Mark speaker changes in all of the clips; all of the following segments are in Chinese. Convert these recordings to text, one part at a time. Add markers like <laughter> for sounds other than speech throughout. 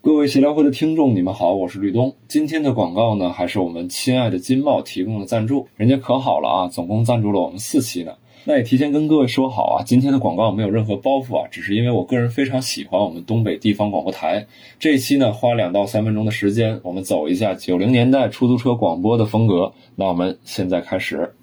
Speaker 1: 各位闲聊会的听众，你们好，我是绿东。今天的广告呢，还是我们亲爱的金茂提供的赞助，人家可好了啊，总共赞助了我们四期呢。那也提前跟各位说好啊，今天的广告没有任何包袱啊，只是因为我个人非常喜欢我们东北地方广播台。这一期呢，花两到三分钟的时间，我们走一下九零年代出租车广播的风格。那我们现在开始。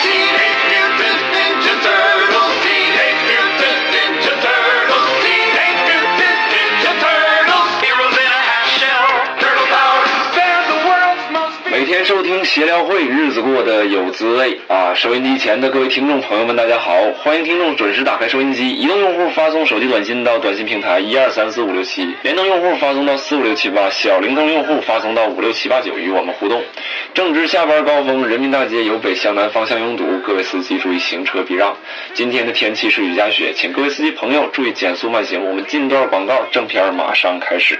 Speaker 2: Teenage Mutant Ninja Turtles. Teenage Mutant Ninja Turtles. Teenage Mutant Ninja Turtles. Heroes in a half shell. Turtle power. They're the world's most
Speaker 3: 每
Speaker 2: beautiful.
Speaker 3: 天收听闲聊会，日子过得有滋味啊！收音机前的各位听众朋友们，大家好！欢迎听众准时打开收音机，移动用户发送手机短信到短信平台一二三四五六七，联通用户发送到四五六七八，小灵通用户发送到五六七八九与我们互动。正值下班高峰，人民大街由北向南方向拥堵，各位司机注意行车避让。今天的天气是雨夹雪，请各位司机朋友注意减速慢行。我们进段广告，正片儿马上开始。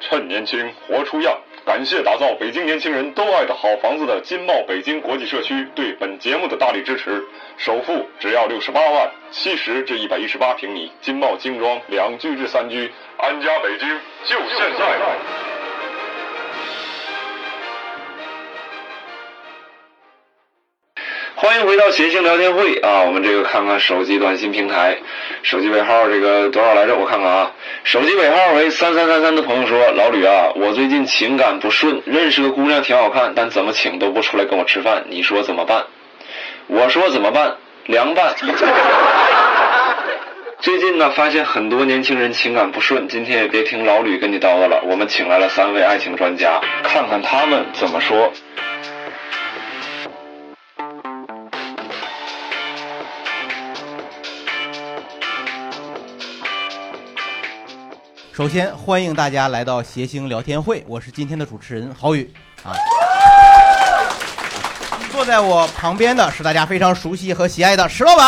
Speaker 4: 趁年轻活出样。感谢打造北京年轻人都爱的好房子的金茂北京国际社区对本节目的大力支持，首付只要六十八万，七十至一百一十八平米，金茂精装两居至三居，安家北京就现在。
Speaker 3: 欢迎回到谐星聊天会啊！我们这个看看手机短信平台，手机尾号这个多少来着？我看看啊，手机尾号为三三三三的朋友说：“老吕啊，我最近情感不顺，认识个姑娘挺好看，但怎么请都不出来跟我吃饭，你说怎么办？”我说怎么办？凉拌。 <laughs> 最近呢，发现很多年轻人情感不顺，今天也别听老吕跟你叨叨了，我们请来了三位爱情专家，看看他们怎么说。
Speaker 5: 首先，欢迎大家来到谐星聊天会，我是今天的主持人郝宇啊。坐在我旁边的是大家非常熟悉和喜爱的石老板。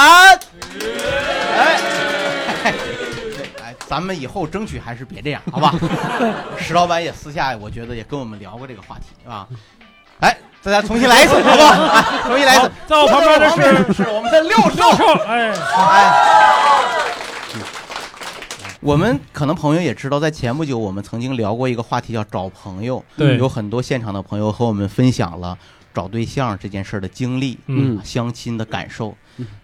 Speaker 5: 哎，哎，咱们以后争取还是别这样，好
Speaker 6: <laughs>
Speaker 5: 吧？石老板也私下，我觉得也跟我们聊过这个话题啊。哎，大家重新来一次，好
Speaker 6: <laughs>
Speaker 5: 吧？哎重新来一次。
Speaker 6: 在我旁边的
Speaker 5: 坐在我旁边
Speaker 6: 是
Speaker 5: 是我们的六兽
Speaker 6: 六。兽，哎，
Speaker 5: 我们可能朋友也知道，在前不久我们曾经聊过一个话题，叫找朋友。
Speaker 6: 对
Speaker 5: 有很多现场的朋友和我们分享了找对象这件事儿的经历，啊
Speaker 6: 嗯
Speaker 5: 相亲的感受，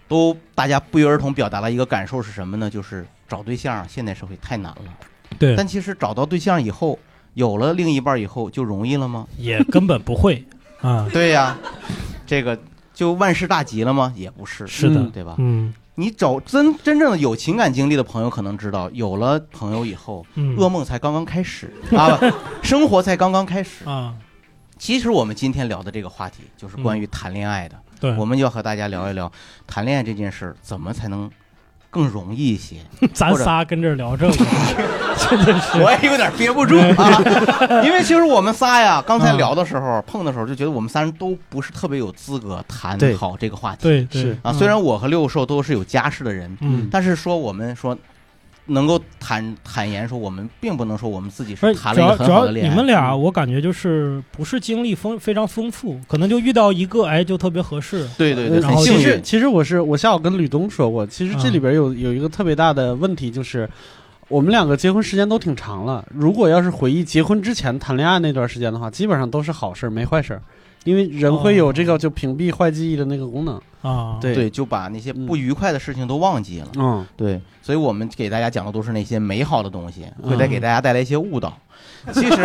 Speaker 5: 都大家不约而同表达了一个感受是什么呢？就是找对象现代社会太难了。
Speaker 6: 对
Speaker 5: 但其实找到对象以后，有了另一半以后就容易了吗？
Speaker 6: 也根本不会啊，
Speaker 5: 对呀、这个就万事大吉了吗？也不是，
Speaker 6: 是的
Speaker 5: 对吧？
Speaker 6: 嗯
Speaker 5: 你找真真正的有情感经历的朋友可能知道，有了朋友以后，
Speaker 6: 嗯
Speaker 5: 噩梦才刚刚开始啊，
Speaker 6: <laughs>
Speaker 5: 不生活才刚刚开始。
Speaker 6: 啊，
Speaker 5: 其实我们今天聊的这个话题就是关于谈恋爱的，
Speaker 6: 嗯对，
Speaker 5: 我们要和大家聊一聊谈恋爱这件事儿怎么才能更容易一些。
Speaker 6: <laughs> 咱仨跟这儿聊这个， <laughs> 真的是
Speaker 5: 我也有点憋不住
Speaker 6: <laughs>
Speaker 5: 啊，因为其实我们仨
Speaker 6: 啊
Speaker 5: 呀，刚才聊的时候、碰的时候就觉得我们仨人都不是特别有资格谈
Speaker 7: 对
Speaker 5: 好这个话题。
Speaker 6: 对对
Speaker 5: 啊，虽然我和六兽都是有家室的人，
Speaker 6: 嗯，
Speaker 5: 但是说我们说能够坦坦言说，我们并不能说我们自己
Speaker 6: 不
Speaker 5: 是
Speaker 6: 是
Speaker 7: 啊
Speaker 5: 谈
Speaker 6: 主
Speaker 5: 了一
Speaker 6: 要
Speaker 5: 个
Speaker 6: 主
Speaker 5: 很好
Speaker 6: 要
Speaker 5: 的恋爱。
Speaker 6: 你们俩，
Speaker 7: 嗯
Speaker 6: 我感觉就是不是经历丰非常丰富，可能就遇到一个哎就特别合适，
Speaker 5: 对对对，
Speaker 6: 然
Speaker 5: 很
Speaker 6: 后
Speaker 5: 幸
Speaker 7: 其实
Speaker 5: 运。嗯
Speaker 7: 其实我是我下午跟吕东说过，其实这里边有、有一个特别大的问题就是。我们两个结婚时间都挺长了，如果要是回忆结婚之前谈恋爱那段时间的话，基本上都是好事儿，没坏事儿，因为人会有这个就屏蔽坏记忆的那个功能。
Speaker 6: 哦啊，
Speaker 7: 对
Speaker 5: 对，就把那些
Speaker 7: 嗯
Speaker 5: 不愉快的事情都忘记了。
Speaker 7: 嗯，
Speaker 5: 对，所以我们给大家讲的都是那些美好的东西，会带
Speaker 6: 嗯
Speaker 5: 给大家带来一些误
Speaker 7: <laughs>
Speaker 5: 导。其实，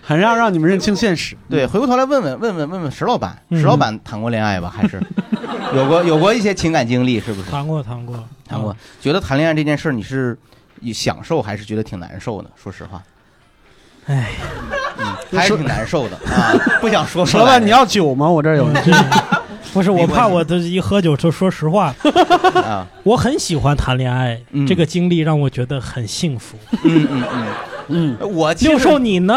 Speaker 7: 还是要让你们认清现实。嗯
Speaker 5: 对，回过头来问问问问问问石老板，
Speaker 6: 嗯
Speaker 5: 石老板谈过恋爱吧？还
Speaker 7: <laughs>
Speaker 5: 是有过有过一些情感经历，是不是？
Speaker 6: 谈过谈过
Speaker 5: 谈过，，觉得谈恋爱这件事儿，你是享受还是觉得挺难受的？说实话，
Speaker 6: 哎，
Speaker 5: 嗯，还是挺难受的
Speaker 7: <laughs>
Speaker 5: 啊，不想说出
Speaker 7: 石
Speaker 5: 来。
Speaker 7: 老板，你要酒吗？我这儿 <laughs> 有。
Speaker 6: 真是嗯不是
Speaker 5: 没
Speaker 6: 我
Speaker 5: 关系
Speaker 6: 怕我这一喝酒就说实话，
Speaker 5: 啊，
Speaker 6: <laughs> 我很喜欢谈恋爱
Speaker 5: 嗯，
Speaker 6: 这个经历让我觉得很幸福。
Speaker 5: 嗯嗯
Speaker 6: <laughs>
Speaker 7: 嗯，
Speaker 5: 嗯，我其
Speaker 6: 六
Speaker 5: 实
Speaker 6: 兽你呢？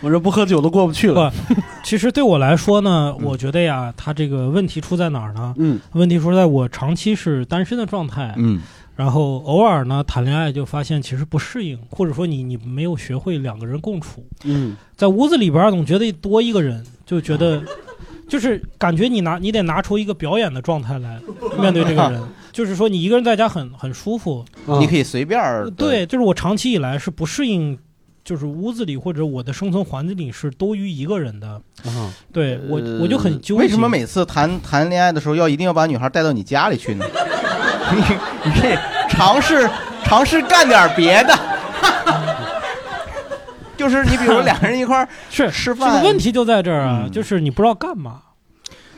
Speaker 7: 我这不喝酒都过不去了。
Speaker 6: 不，其实对我来说呢，我觉得呀，他这个问题出在哪儿呢？
Speaker 7: 嗯
Speaker 6: 问题出在我长期是单身的状态，
Speaker 5: 嗯
Speaker 6: 然后偶尔呢谈恋爱就发现其实不适应，或者说你你没有学会两个人共处，
Speaker 7: 嗯
Speaker 6: 在屋子里边儿总觉得多一个人，就觉得就是感觉你拿你得拿出一个表演的状态来面对这个人，就是说你一个人在家很很舒服，
Speaker 5: 你可以随便儿
Speaker 6: 对，就是我长期以来是不适应，就是屋子里或者我的生存环境里是多于一个
Speaker 5: <laughs>
Speaker 6: 人的，
Speaker 5: 嗯
Speaker 6: 对我我就很纠结。
Speaker 5: 呃为什么每次谈谈恋爱的时候要一定要把女孩带到你家里去呢？ <laughs> 你你可以尝试尝试干点别的， <laughs> 就是你比如两个人一块儿
Speaker 6: 是
Speaker 5: 吃
Speaker 6: 这
Speaker 5: 饭，
Speaker 6: 个问题就在这儿啊，就是你不知道干嘛。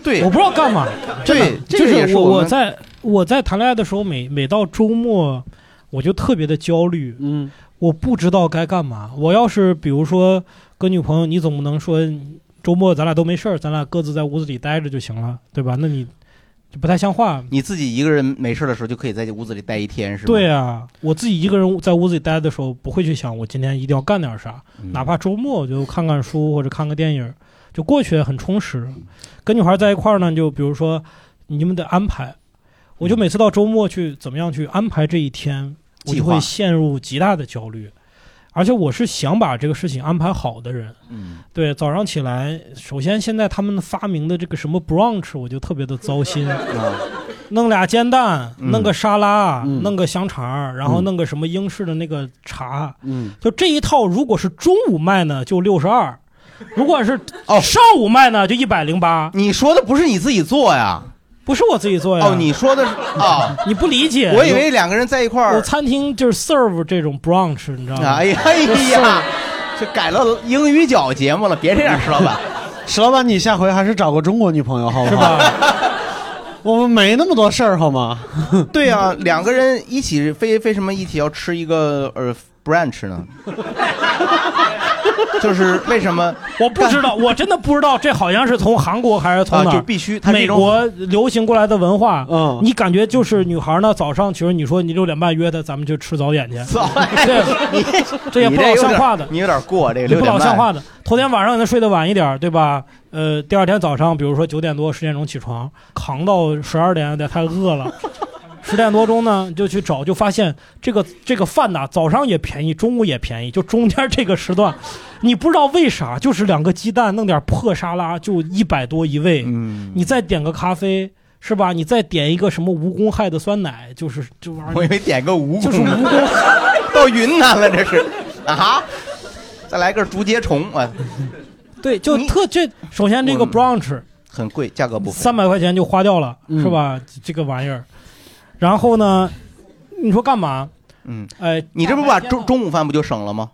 Speaker 5: 对
Speaker 6: 我不知道干嘛。真的
Speaker 5: 对这个也
Speaker 6: 就是我
Speaker 5: 我们
Speaker 6: 在我在谈恋爱的时候，每每到周末，我就特别的焦虑。
Speaker 7: 嗯，
Speaker 6: 我不知道该干嘛。我要是比如说跟女朋友，你总不能说周末咱俩都没事儿，咱俩各自在屋子里待着就行了，对吧？那你就 <laughs> 不太像话。
Speaker 5: 你自己一个人没事的时候就可以在屋子里待一天，是吧？
Speaker 6: 对啊，我自己一个人在屋子里待的时候，不会去想我今天一定要干点啥，
Speaker 5: 嗯
Speaker 6: 哪怕周末我就看看书或者看个电影，就过去很充实。跟女孩在一块儿呢，就比如说你们得安排，我
Speaker 5: 嗯
Speaker 6: 就每次到周末去怎么样去安排这一天，我
Speaker 5: 计
Speaker 6: 就
Speaker 5: 划
Speaker 6: 会陷入极大的焦虑。而且我是想把这个事情安排好的人，
Speaker 5: 嗯，
Speaker 6: 对，早上起来，首先现在他们发明的这个什么 brunch，我就特别的糟心，弄俩煎蛋，
Speaker 5: 啊嗯
Speaker 6: 弄个沙拉，
Speaker 7: 嗯
Speaker 6: 弄个香肠儿，然后
Speaker 7: 嗯
Speaker 6: 弄个什么英式的那个茶，
Speaker 7: 嗯，
Speaker 6: 就这一套，如果是中午卖呢，就六十二。如果是
Speaker 5: 哦
Speaker 6: 上午卖呢，就一百零八，
Speaker 5: 你说的不是你自己做呀？
Speaker 6: 不是我自己做呀。
Speaker 5: 哦，你说
Speaker 6: <laughs>
Speaker 5: 的是啊，
Speaker 6: 你不理解，
Speaker 5: 我以为两个人在一块
Speaker 6: 我
Speaker 5: 儿
Speaker 6: 我，餐厅就是 serve 这种 brunch，你知道吗？
Speaker 5: 哎呀哎呀，这改了英语角节目了，别这样，石老板。
Speaker 7: <laughs> 石老板，你下回还是找个中国女朋友好不
Speaker 6: 是
Speaker 7: 好？
Speaker 6: 吧？
Speaker 7: 我们没那么多事儿好吗？
Speaker 5: <laughs> 对呀、两个人一起，非非什么一起要吃一个呃 brunch 呢？ <laughs> 就是为什么？
Speaker 6: 我不知道，我真的不知道，这好像是从韩国还是从
Speaker 5: 啊，
Speaker 6: 哪
Speaker 5: 就
Speaker 6: 儿？
Speaker 5: 必须它是一
Speaker 6: 美
Speaker 5: 种 <laughs>
Speaker 6: 国流行过来的文化，
Speaker 7: 嗯
Speaker 6: 你感觉就是女孩呢，早上其实你说你六点半约她，咱们去吃早点去， <laughs>
Speaker 5: 早
Speaker 6: 这这也
Speaker 5: 哎你这
Speaker 6: 不老
Speaker 5: 有
Speaker 6: 像
Speaker 5: 点
Speaker 6: 话的，
Speaker 5: 你有点过这个
Speaker 6: 也
Speaker 5: 六
Speaker 6: 不
Speaker 5: 点
Speaker 6: 老
Speaker 5: 半
Speaker 6: 像话的。头天晚上可能睡得晚一点儿，对吧？呃，第二天早上，比如说九点多、十点钟起床，扛到十二点有点太饿了。十点多钟呢，就去找，就发现这个这个饭呐，早上也便宜，中午也便宜，就中间这个时段，你不知道为啥，就是两个鸡蛋弄点破沙拉，就一百多一位，
Speaker 5: 嗯，
Speaker 6: 你再点个咖啡是吧？你再点一个什么无公害的酸奶，就是这玩意
Speaker 5: 我以
Speaker 6: 儿，
Speaker 5: 为点个蜈
Speaker 6: 就是无
Speaker 5: 蚣，
Speaker 6: 公害。
Speaker 5: <laughs> 到云南了这是啊，再来个竹节虫啊，
Speaker 6: 对，就
Speaker 5: 你
Speaker 6: 特这首先这个
Speaker 5: 我
Speaker 6: brunch
Speaker 5: 很贵，价格不菲。
Speaker 6: 三百块钱就花掉了，
Speaker 5: 嗯
Speaker 6: 是吧？这个玩意儿，然后呢，你说干嘛？
Speaker 5: 嗯，
Speaker 6: 哎，
Speaker 5: 你这不把中中午饭不就省了吗？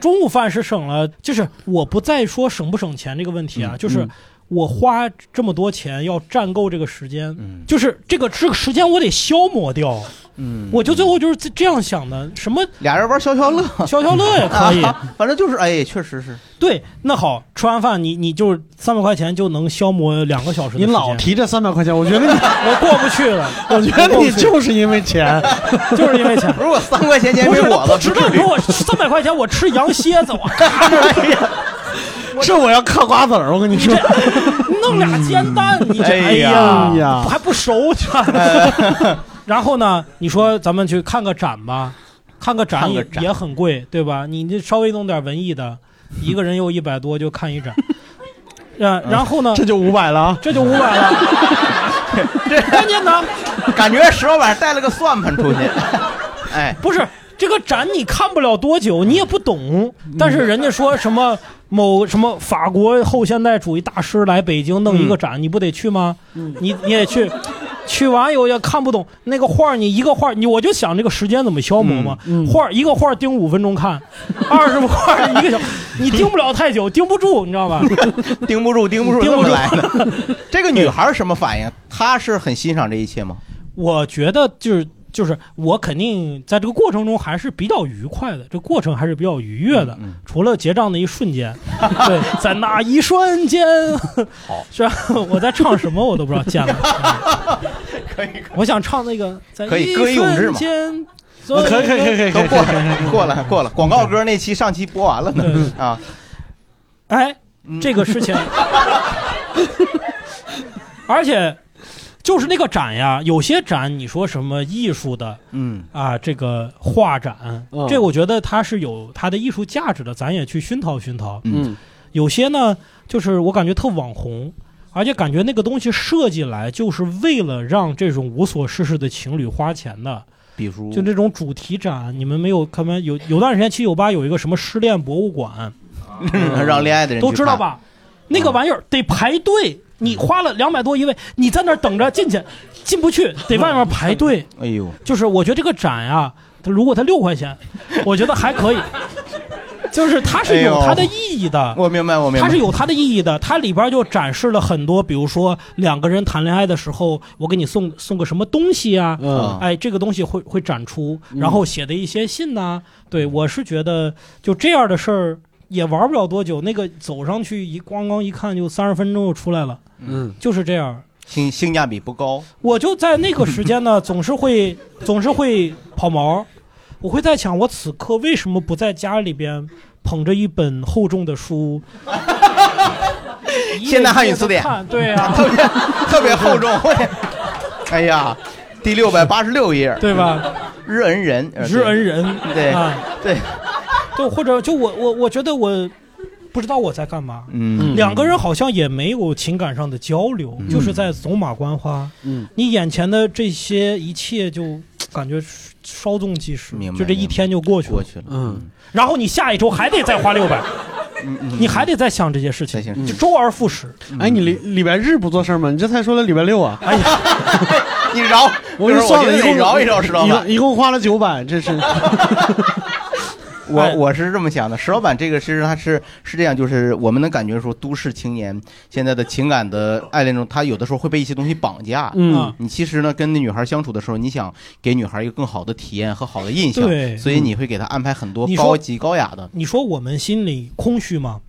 Speaker 6: 中午饭是省了，就是我不再说省不省钱这个问题
Speaker 5: 嗯
Speaker 6: 啊，就是我花这么多钱要占够这个时间，
Speaker 5: 嗯
Speaker 6: 就是这个这个时间我得消磨掉。
Speaker 5: 嗯，
Speaker 6: 我就最后就是这样想的，什么
Speaker 5: 俩人玩消消乐
Speaker 6: <laughs> 消消乐也可以，
Speaker 5: 啊， <laughs> 反正就是哎，确实是
Speaker 6: 对，那好，吃完饭你你就是三百块钱就能消磨两个小时的
Speaker 7: 你
Speaker 6: 时间。
Speaker 7: 老提这三百块钱，我觉得你，
Speaker 6: <laughs> 我过不去了，
Speaker 7: <laughs> 我觉得你就是因为钱。
Speaker 6: <laughs> <laughs> 就是因为钱。
Speaker 5: 不是我三块钱钱
Speaker 6: 不
Speaker 5: 没
Speaker 6: 是，
Speaker 5: 我
Speaker 6: 他
Speaker 5: 的，
Speaker 6: 不知道，你说我三百块钱我吃羊蝎子，我
Speaker 7: <laughs> 这我要嗑瓜子儿，我跟你说，嗯
Speaker 6: 弄俩煎蛋，你这
Speaker 5: 哎呀哎
Speaker 6: 哎
Speaker 7: 哎呀哎
Speaker 6: 呀，还不熟这。 <laughs> 然后呢，你说咱们去看个展吧，看个展
Speaker 5: 看个
Speaker 6: 也
Speaker 5: 展
Speaker 6: 也很贵，对吧？你这稍微弄点文艺的，一个人又一百多就看一展。啊，然后呢
Speaker 7: 这，就五百了啊！
Speaker 6: 这就五百了。关键呢，
Speaker 5: 感觉石老板带了个算盘
Speaker 6: <laughs>
Speaker 5: 出去，哎，
Speaker 6: 不是这个展你看不了多久，你也不懂。但是人家说什么某什么法国后现代主义大师来北京弄一个
Speaker 5: 嗯
Speaker 6: 展，你不得去吗？你你也去。去完以后也看不懂那个画儿，你一个画儿，你我就想这个时间怎么消磨嘛。
Speaker 5: 嗯
Speaker 6: 画儿一个画儿盯五分
Speaker 5: <laughs>
Speaker 6: 钟看，二十个画儿一个小时，你盯不了太久，盯不住，你知道吧？
Speaker 5: <laughs> 盯不住，盯不住，
Speaker 6: 盯
Speaker 5: 这
Speaker 6: 不
Speaker 5: 么
Speaker 6: 住
Speaker 5: 来的。这个女孩儿什么反应？她是很欣赏这一切吗？
Speaker 6: 我觉得就是就是我肯定在这个过程中还是比较愉快的，这过程还是比较愉悦
Speaker 7: 嗯
Speaker 6: 的，除了结账的一瞬
Speaker 7: <laughs>
Speaker 6: 间，对，在那一瞬间，好， <laughs> 是吧？我在唱什么我都不知道，见了，
Speaker 7: <laughs>
Speaker 5: 可以，
Speaker 6: 我想唱那个在
Speaker 5: 可以
Speaker 6: 一
Speaker 5: 歌咏志
Speaker 6: 瞬
Speaker 5: 嘛
Speaker 6: 间，
Speaker 7: 可以可以可以可以可
Speaker 5: 都
Speaker 7: 以
Speaker 5: 过了，过了，过了。广告歌那期上期播完了呢
Speaker 6: 对
Speaker 5: 啊，
Speaker 6: 哎，这个
Speaker 5: <laughs>
Speaker 6: 事情，而且就是那个展呀，有些展你说什么艺术的，
Speaker 5: 嗯，哦
Speaker 6: 啊，这个画展，
Speaker 7: 嗯
Speaker 6: 这我觉得它是有它的艺术价值的，咱也去熏陶熏陶。
Speaker 5: 嗯
Speaker 7: 嗯，
Speaker 6: 有些呢，就是我感觉特网红，而且感觉那个东西设计来就是为了让这种无所事事的情侣花钱的，
Speaker 5: 比如
Speaker 6: 就这种主题展，你们没有看没有？有段时间七九八有一个什么失恋博物馆，
Speaker 5: <laughs> 让恋爱的人
Speaker 6: 都
Speaker 5: 去
Speaker 6: 知道
Speaker 5: 看？
Speaker 6: 吧？那个玩意儿得排队，你花了两百多一位，你在那儿等着进去，进不去，得外面排队。
Speaker 5: 哎呦，
Speaker 6: 就是我觉得这个展啊，它如果它六块钱，我觉得还可以，就是它是有它的意义的。
Speaker 5: 哎我明白，我明白，
Speaker 6: 它是有它的意义的，它里边就展示了很多，比如说两个人谈恋爱的时候，我给你送送个什么东西啊，
Speaker 7: 嗯
Speaker 6: 哎，这个东西会会展出，
Speaker 5: 嗯
Speaker 6: 然后写的一些信呐、对我是觉得就这样的事儿也玩不了多久，那个走上去一咣咣一看就三十分钟就出来了，
Speaker 7: 嗯，
Speaker 6: 就是这样。
Speaker 5: 性性价比不高，
Speaker 6: 我就在那个
Speaker 5: <laughs>
Speaker 6: 时间呢，总是会总是会跑毛，我会在想，我此刻为什么不在家里边捧着一本厚重
Speaker 5: <laughs>
Speaker 6: 的书？一页
Speaker 5: 现代汉语
Speaker 6: 一页地
Speaker 5: 词典
Speaker 6: 看对
Speaker 5: <laughs>
Speaker 6: 啊，
Speaker 5: 特别特别厚重。我天哎呀，第六百八十六页，
Speaker 6: 对吧？
Speaker 5: 日恩人，呃
Speaker 6: 日恩，人，
Speaker 5: 对
Speaker 6: 啊，
Speaker 5: 对，
Speaker 6: 就或者就我我我觉得我不知道我在干嘛。
Speaker 5: 嗯，
Speaker 6: 两个人好像也没有情感上的交流，就是在走马观花。
Speaker 7: 嗯，
Speaker 6: 你眼前的这些一切就感觉稍纵即逝
Speaker 5: 明，白
Speaker 6: 就这一天就过去了
Speaker 5: 过。去了，
Speaker 7: 嗯，
Speaker 6: 然后你下一周还得再花六百，
Speaker 5: <laughs> 嗯
Speaker 6: 你还得再想这些事
Speaker 5: 再想嗯
Speaker 6: 情，就周而复始。
Speaker 7: 哎，你礼礼拜日不做事儿吗？你这才说了礼拜六啊！哎呀，
Speaker 5: <laughs> 你饶，
Speaker 7: <laughs> 我给你
Speaker 5: 我
Speaker 7: 算
Speaker 5: 觉
Speaker 7: 了，
Speaker 5: 得
Speaker 7: 一
Speaker 5: 得
Speaker 7: 共
Speaker 5: 饶一饶，石老板。
Speaker 7: 一共一共花了九百，这是
Speaker 5: 我
Speaker 6: 哎
Speaker 5: 我是这么想的，石老板这个其实他是是这样，就是我们能感觉说，都市青年现在的情感的爱恋中，他有的时候会被一些东西绑架。
Speaker 7: 嗯
Speaker 6: 啊，
Speaker 5: 你其实呢，跟那女孩相处的时候，你想给女孩一个更好的体验和好的印象，
Speaker 6: 对
Speaker 5: 所以你会给她安排很多
Speaker 6: 你说
Speaker 5: 高级高雅的
Speaker 6: 你说我们心里空虚吗？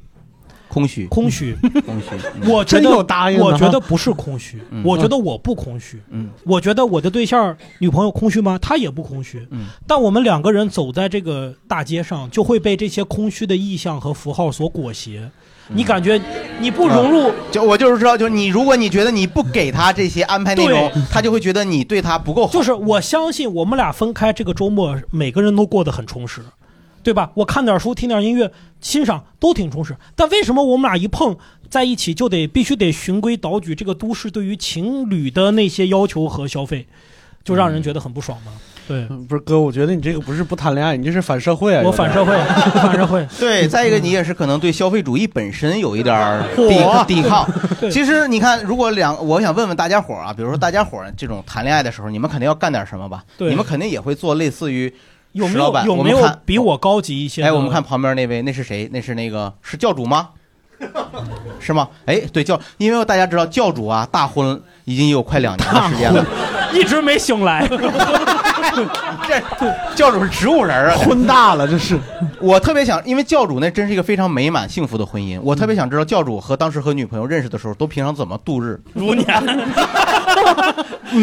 Speaker 5: 空虚，<laughs>
Speaker 6: 空虚，
Speaker 5: 空虚。嗯
Speaker 6: 我觉
Speaker 7: 真
Speaker 6: 得
Speaker 7: 有答应的哈
Speaker 6: 我觉得不是空虚，我觉得我不空虚，
Speaker 5: 嗯
Speaker 6: 我觉得我的对象女朋友空虚吗？她也不空虚，
Speaker 5: 嗯
Speaker 6: 但我们两个人走在这个大街上，就会被这些空虚的意象和符号所裹挟。你感觉你不融入，
Speaker 5: 啊就我就是知道，就是你，如果你觉得你不给她这些安排内容，她就会觉得你对她不够好。
Speaker 6: 就是我相信我们俩分开这个周末，每个人都过得很充实，对吧？我看点书，听点音乐，欣赏都挺充实。但为什么我们俩一碰在一起就得必须得循规蹈矩？这个都市对于情侣的那些要求和消费，就让人觉得很不爽 <laughs> 吗？对
Speaker 7: 不是哥，我觉得你这个不是不谈恋爱，你这是反社会啊！
Speaker 6: 我反社会， <laughs> 反
Speaker 5: <laughs>
Speaker 6: 社会。
Speaker 5: 对，再一个你也是可能对消费主义本身有一点儿
Speaker 6: 火
Speaker 5: 抵抵抗。
Speaker 6: <laughs> 对
Speaker 5: 其实你看，如果两，我想问问大家伙儿啊，比如说大家伙儿这种谈恋爱的时候，你们肯定要干点什么吧？
Speaker 6: 对
Speaker 5: 你们肯定也会做类似于
Speaker 6: 有
Speaker 5: 石
Speaker 6: 没
Speaker 5: 老
Speaker 6: 有
Speaker 5: 板
Speaker 6: 有没
Speaker 5: 我
Speaker 6: 有
Speaker 5: 们看
Speaker 6: 比我高级一些？
Speaker 5: 哎，我们看，旁边那位，那是谁？那是那个是教主吗？是吗？哎，对教，因为大家知道教主啊，大婚已经有快两年的时间了。
Speaker 6: 一直没醒来。
Speaker 5: 这教主是植物人啊！
Speaker 7: 婚大了，这是
Speaker 5: 我特别想，因为教主那真是一个非常美满幸福的婚姻。我特别想知道教主和当时和女朋友认识的时候，都平常怎么度日？
Speaker 6: 如年，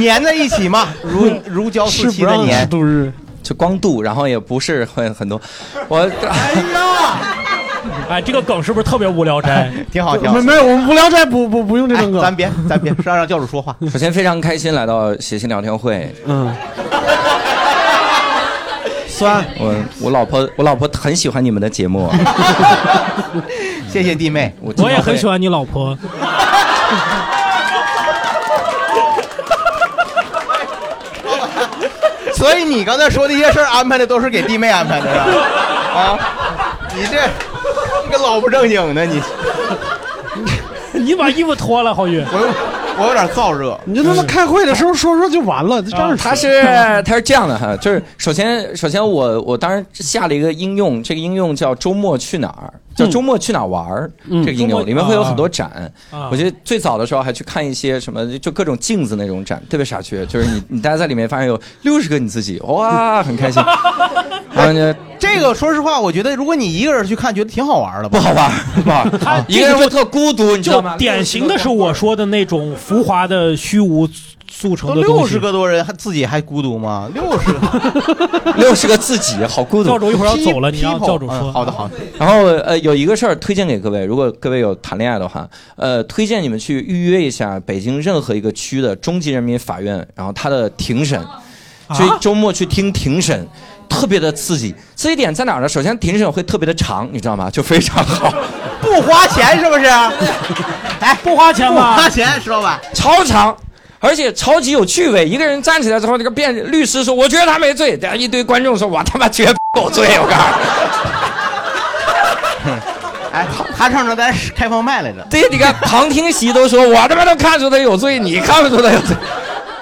Speaker 5: 粘在一起嘛，如如胶似
Speaker 7: 是
Speaker 5: 漆
Speaker 7: 不
Speaker 5: 的
Speaker 7: 让吃
Speaker 5: 粘。
Speaker 7: 度日。
Speaker 8: 就光度，然后也不是很 <laughs> 很多。我
Speaker 6: 哎，这个梗是不是特别无聊斋？
Speaker 5: <laughs> 挺好，挺好
Speaker 7: 没。没有，我们无聊斋不不不用这种
Speaker 5: 哎，咱
Speaker 7: 梗。
Speaker 5: 别，咱别，让让教主说话。
Speaker 8: 首先非常开心来到谐星聊天会， <laughs>
Speaker 7: 嗯，酸，
Speaker 8: 我我老婆我老婆很喜欢你们的节目，
Speaker 5: <laughs> 谢谢弟妹，
Speaker 8: 我经常
Speaker 6: 我也很
Speaker 8: 会
Speaker 6: 喜欢你老婆，
Speaker 5: <laughs> 所以你刚才说的一些事儿安排的都是给弟妹安排的，是
Speaker 6: <laughs>
Speaker 5: 吧？啊，你这你个老不正经的，你
Speaker 6: <laughs> 你把衣服脱了，浩宇。
Speaker 5: 我有我有点燥热。
Speaker 7: 你就他妈开会的时候说说就完了，就这
Speaker 5: 啊
Speaker 7: 样说。
Speaker 8: 啊他是
Speaker 7: <laughs>
Speaker 8: 他是这样的哈，就是首先首先我我当时下了一个应用，这个应用叫周末去哪儿，叫周末去哪儿玩儿、这个
Speaker 6: 嗯周
Speaker 8: 应
Speaker 6: 末
Speaker 8: 用里面会有很多展。
Speaker 6: 啊
Speaker 8: 我觉得最早的时候还去看一些什么，就各种镜子那种展，特别傻缺，就是你你待在里面发现有六十个你自己，哇，很
Speaker 6: <laughs>
Speaker 8: 开心。然后呢，
Speaker 5: 这个说实话，我觉得如果你一个人去看，觉得挺好玩的
Speaker 8: 不
Speaker 5: 吧？
Speaker 8: 好玩儿，不好玩
Speaker 6: <laughs> 他
Speaker 8: 儿，一个人会特孤独，你知道
Speaker 6: 就
Speaker 8: 吗？
Speaker 6: 典型的是我说的那种浮华的虚无促成
Speaker 5: 都
Speaker 6: 的
Speaker 5: 六
Speaker 6: 东西
Speaker 5: 十。个多人，还自己还孤独吗？六十，
Speaker 6: <laughs>
Speaker 8: 六十个自己，好孤独。
Speaker 6: 教主一会儿要走了，你让
Speaker 5: people，
Speaker 6: 教主说。啊
Speaker 5: 嗯好的，好的。
Speaker 8: 然后呃，有一个事儿推荐给各位，如果各位有谈恋爱的话，呃，推荐你们去预约一下北京任何一个区的中级人民法院，然后它的庭审，去
Speaker 6: 啊
Speaker 8: 周末去听庭审。特别的刺激。刺激点在哪儿呢？首先庭审会特别的长，你知道吗？就非常好，
Speaker 5: <laughs> 不花钱是不
Speaker 8: <laughs>
Speaker 5: 是？哎，
Speaker 6: 不花钱
Speaker 5: 不
Speaker 6: 吧？
Speaker 5: 花钱，石老板，
Speaker 8: 超长。而且超级有趣味，一个人站起来之后，这个辩律师说：“我觉得他没罪。”哎然后一堆观众说：“我他妈觉得有罪！”我告诉你。
Speaker 5: 哎，他唱着咱开放麦来着，
Speaker 8: 对，你看旁听席都说，我他妈都看出他有罪，你看不出他有罪，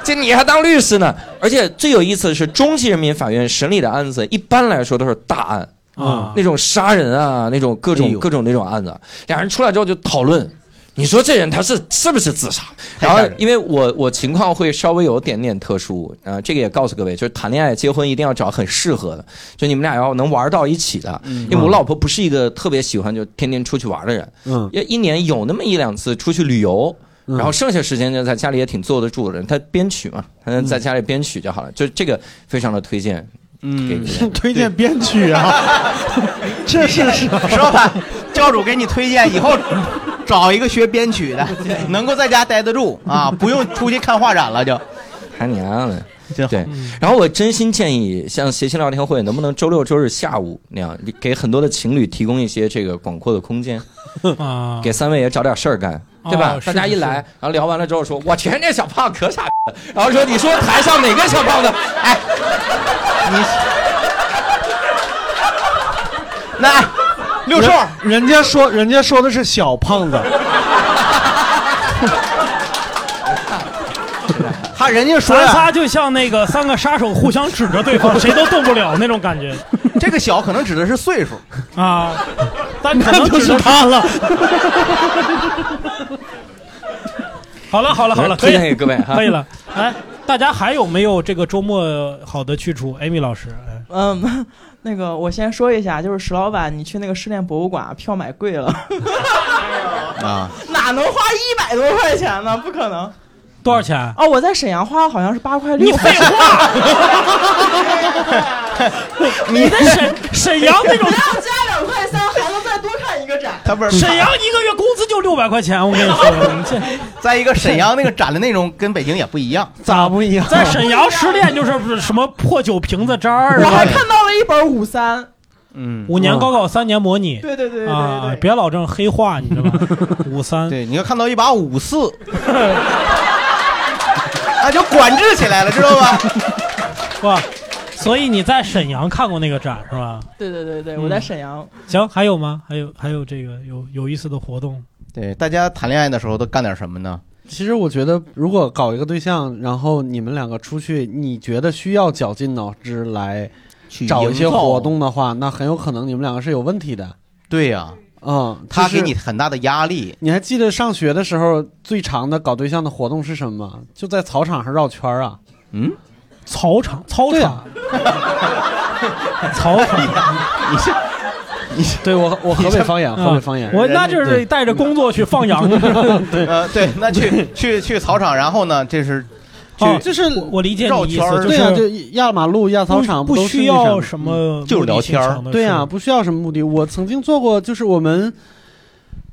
Speaker 8: 这你还当律师呢？而且最有意思的是，中级人民法院审理的案子，一般来说都是大案
Speaker 6: 啊
Speaker 8: 那种杀人啊，那种各种、
Speaker 5: 哎呦
Speaker 8: 各种那种案子，两人出来之后就讨论。你说这人他是是不是自杀？然后
Speaker 5: 太吓人了
Speaker 8: 因为我我情况会稍微有点点特殊啊、呃这个也告诉各位，就是谈恋爱结婚一定要找很适合的，就你们俩要能玩到一起的。
Speaker 5: 嗯
Speaker 8: 因为我老婆不是一个特别喜欢就天天出去玩的人，
Speaker 7: 嗯
Speaker 8: 也一年有那么一两次出去旅游，
Speaker 5: 嗯
Speaker 8: 然后剩下时间就在家里也挺坐得住的人，他编曲嘛，他在家里编曲就好了，就这个非常的推荐。嗯，
Speaker 5: <laughs>
Speaker 7: 推荐编曲啊，这是是
Speaker 5: 石老板，教主给你推荐，以后 <laughs> 找一个学编曲的，能够在家待得住 <laughs> 啊，不用出去看画展了就。
Speaker 8: 他娘的！
Speaker 5: 真好
Speaker 8: 对，然后我真心建议，像谐星聊天会，能不能周六周日下午那样，给很多的情侣提供一些这个广阔的空间，
Speaker 6: 啊，
Speaker 8: 给三位也找点事儿干，
Speaker 1: 啊
Speaker 8: 对吧？
Speaker 6: 哦是
Speaker 8: 大家一
Speaker 6: 是
Speaker 8: 来，然后聊完了之后说，我去，那小胖可傻逼了，然后说你说台上哪个小胖子？
Speaker 5: 哎，你那六兽，
Speaker 7: 人家说人家说的是小胖子，
Speaker 5: 他人家说
Speaker 6: 咱
Speaker 5: 呀，
Speaker 6: 仨就像那个三个杀手互相指着
Speaker 5: <laughs>
Speaker 6: 对方，谁都动不了那种感 <laughs> 觉
Speaker 5: 这个小可能指的是岁数，
Speaker 6: 啊。但可能指的
Speaker 7: 他
Speaker 6: <laughs>
Speaker 7: 了。
Speaker 6: 好了，好了，好了，可
Speaker 8: 推
Speaker 6: 以
Speaker 8: 荐给各位哈，
Speaker 6: 可以。了。哎，大家还有没有这个周末好的去处？Amy 老师，哎
Speaker 9: 嗯， <laughs> 那个我先说一下，就是石老板，你去那个失恋博物馆票买贵了，
Speaker 5: <laughs> 啊，
Speaker 9: 哪能花一百多块钱呢？不可能！
Speaker 6: 多少钱？啊
Speaker 9: 哦，我在沈阳花了好像是八块六。
Speaker 6: 你废话！
Speaker 9: <laughs>
Speaker 5: <laughs>
Speaker 6: 你在沈 <laughs> 沈阳那种
Speaker 9: 还要加两块三，还能再多看一个展。
Speaker 5: 他不是
Speaker 6: 沈阳一个月工资就六百块钱，我跟你
Speaker 5: <laughs>
Speaker 6: 说，你这
Speaker 5: 在一个沈阳那个展的内容跟北京也不一样，
Speaker 7: 咋不一样？
Speaker 6: 在沈 <laughs> 阳失恋就是什么破酒瓶子渣儿
Speaker 9: 我
Speaker 6: 啊，
Speaker 9: 还看到了一本五三，
Speaker 5: 嗯，
Speaker 6: 五年高考三年模拟
Speaker 9: 对对对对
Speaker 6: 啊
Speaker 9: 对，对，
Speaker 6: 别老这么黑化，你知道吗？五三，
Speaker 5: 对，你要看到一把五四，那啊就管制起来了，知道
Speaker 6: <laughs>
Speaker 5: 吧？
Speaker 6: 是吧？所以你在沈阳看过那个展是吧？嗯
Speaker 9: 对对对对，我在沈阳。
Speaker 6: 行，还有吗？还有还有这个有有意思的活
Speaker 5: <laughs>
Speaker 6: <laughs> 动
Speaker 5: 对，大家谈恋爱的时候都干点什么呢？
Speaker 7: 其实我觉得，如果搞一个对象，然后你们两个出去，你觉得需要绞尽脑汁来
Speaker 5: 去
Speaker 7: 找一些
Speaker 5: 营造
Speaker 7: 活，动的话，那很有可能你们两个是有问题的。
Speaker 5: 对呀、
Speaker 7: 嗯，
Speaker 5: 他
Speaker 7: 就是
Speaker 5: 给你，很大的压力。
Speaker 7: 你还记得上学的时候最长的搞对象的活动是什么吗？就在操场上绕圈儿啊。
Speaker 6: 操场操
Speaker 7: 对
Speaker 6: 场
Speaker 7: 啊，
Speaker 6: 操
Speaker 5: 哎
Speaker 6: <laughs> 场，
Speaker 7: 对我我河北方言，河北
Speaker 6: 啊
Speaker 7: 方言。
Speaker 6: 我那就是带着工作去放 <laughs> 羊去了。
Speaker 5: 呃，对，那
Speaker 6: <laughs>
Speaker 5: 去去去操场，然后呢，这是去、
Speaker 6: 哦
Speaker 7: 就是
Speaker 6: 我我理解
Speaker 5: 绕
Speaker 6: 你意
Speaker 5: 圈
Speaker 6: 思，
Speaker 5: 儿
Speaker 6: 啊就
Speaker 7: 对呀、
Speaker 6: 是
Speaker 7: 就压马路、压操场，
Speaker 6: 不
Speaker 7: 都
Speaker 6: 不
Speaker 7: 是那什
Speaker 6: 需要
Speaker 7: 么嗯
Speaker 6: 什么
Speaker 5: 就是
Speaker 6: 目的
Speaker 5: 聊
Speaker 6: 性
Speaker 5: 天儿
Speaker 6: 强的
Speaker 7: 对呀、
Speaker 6: 事
Speaker 7: 不需要什么目的。我曾经做过，就是我们，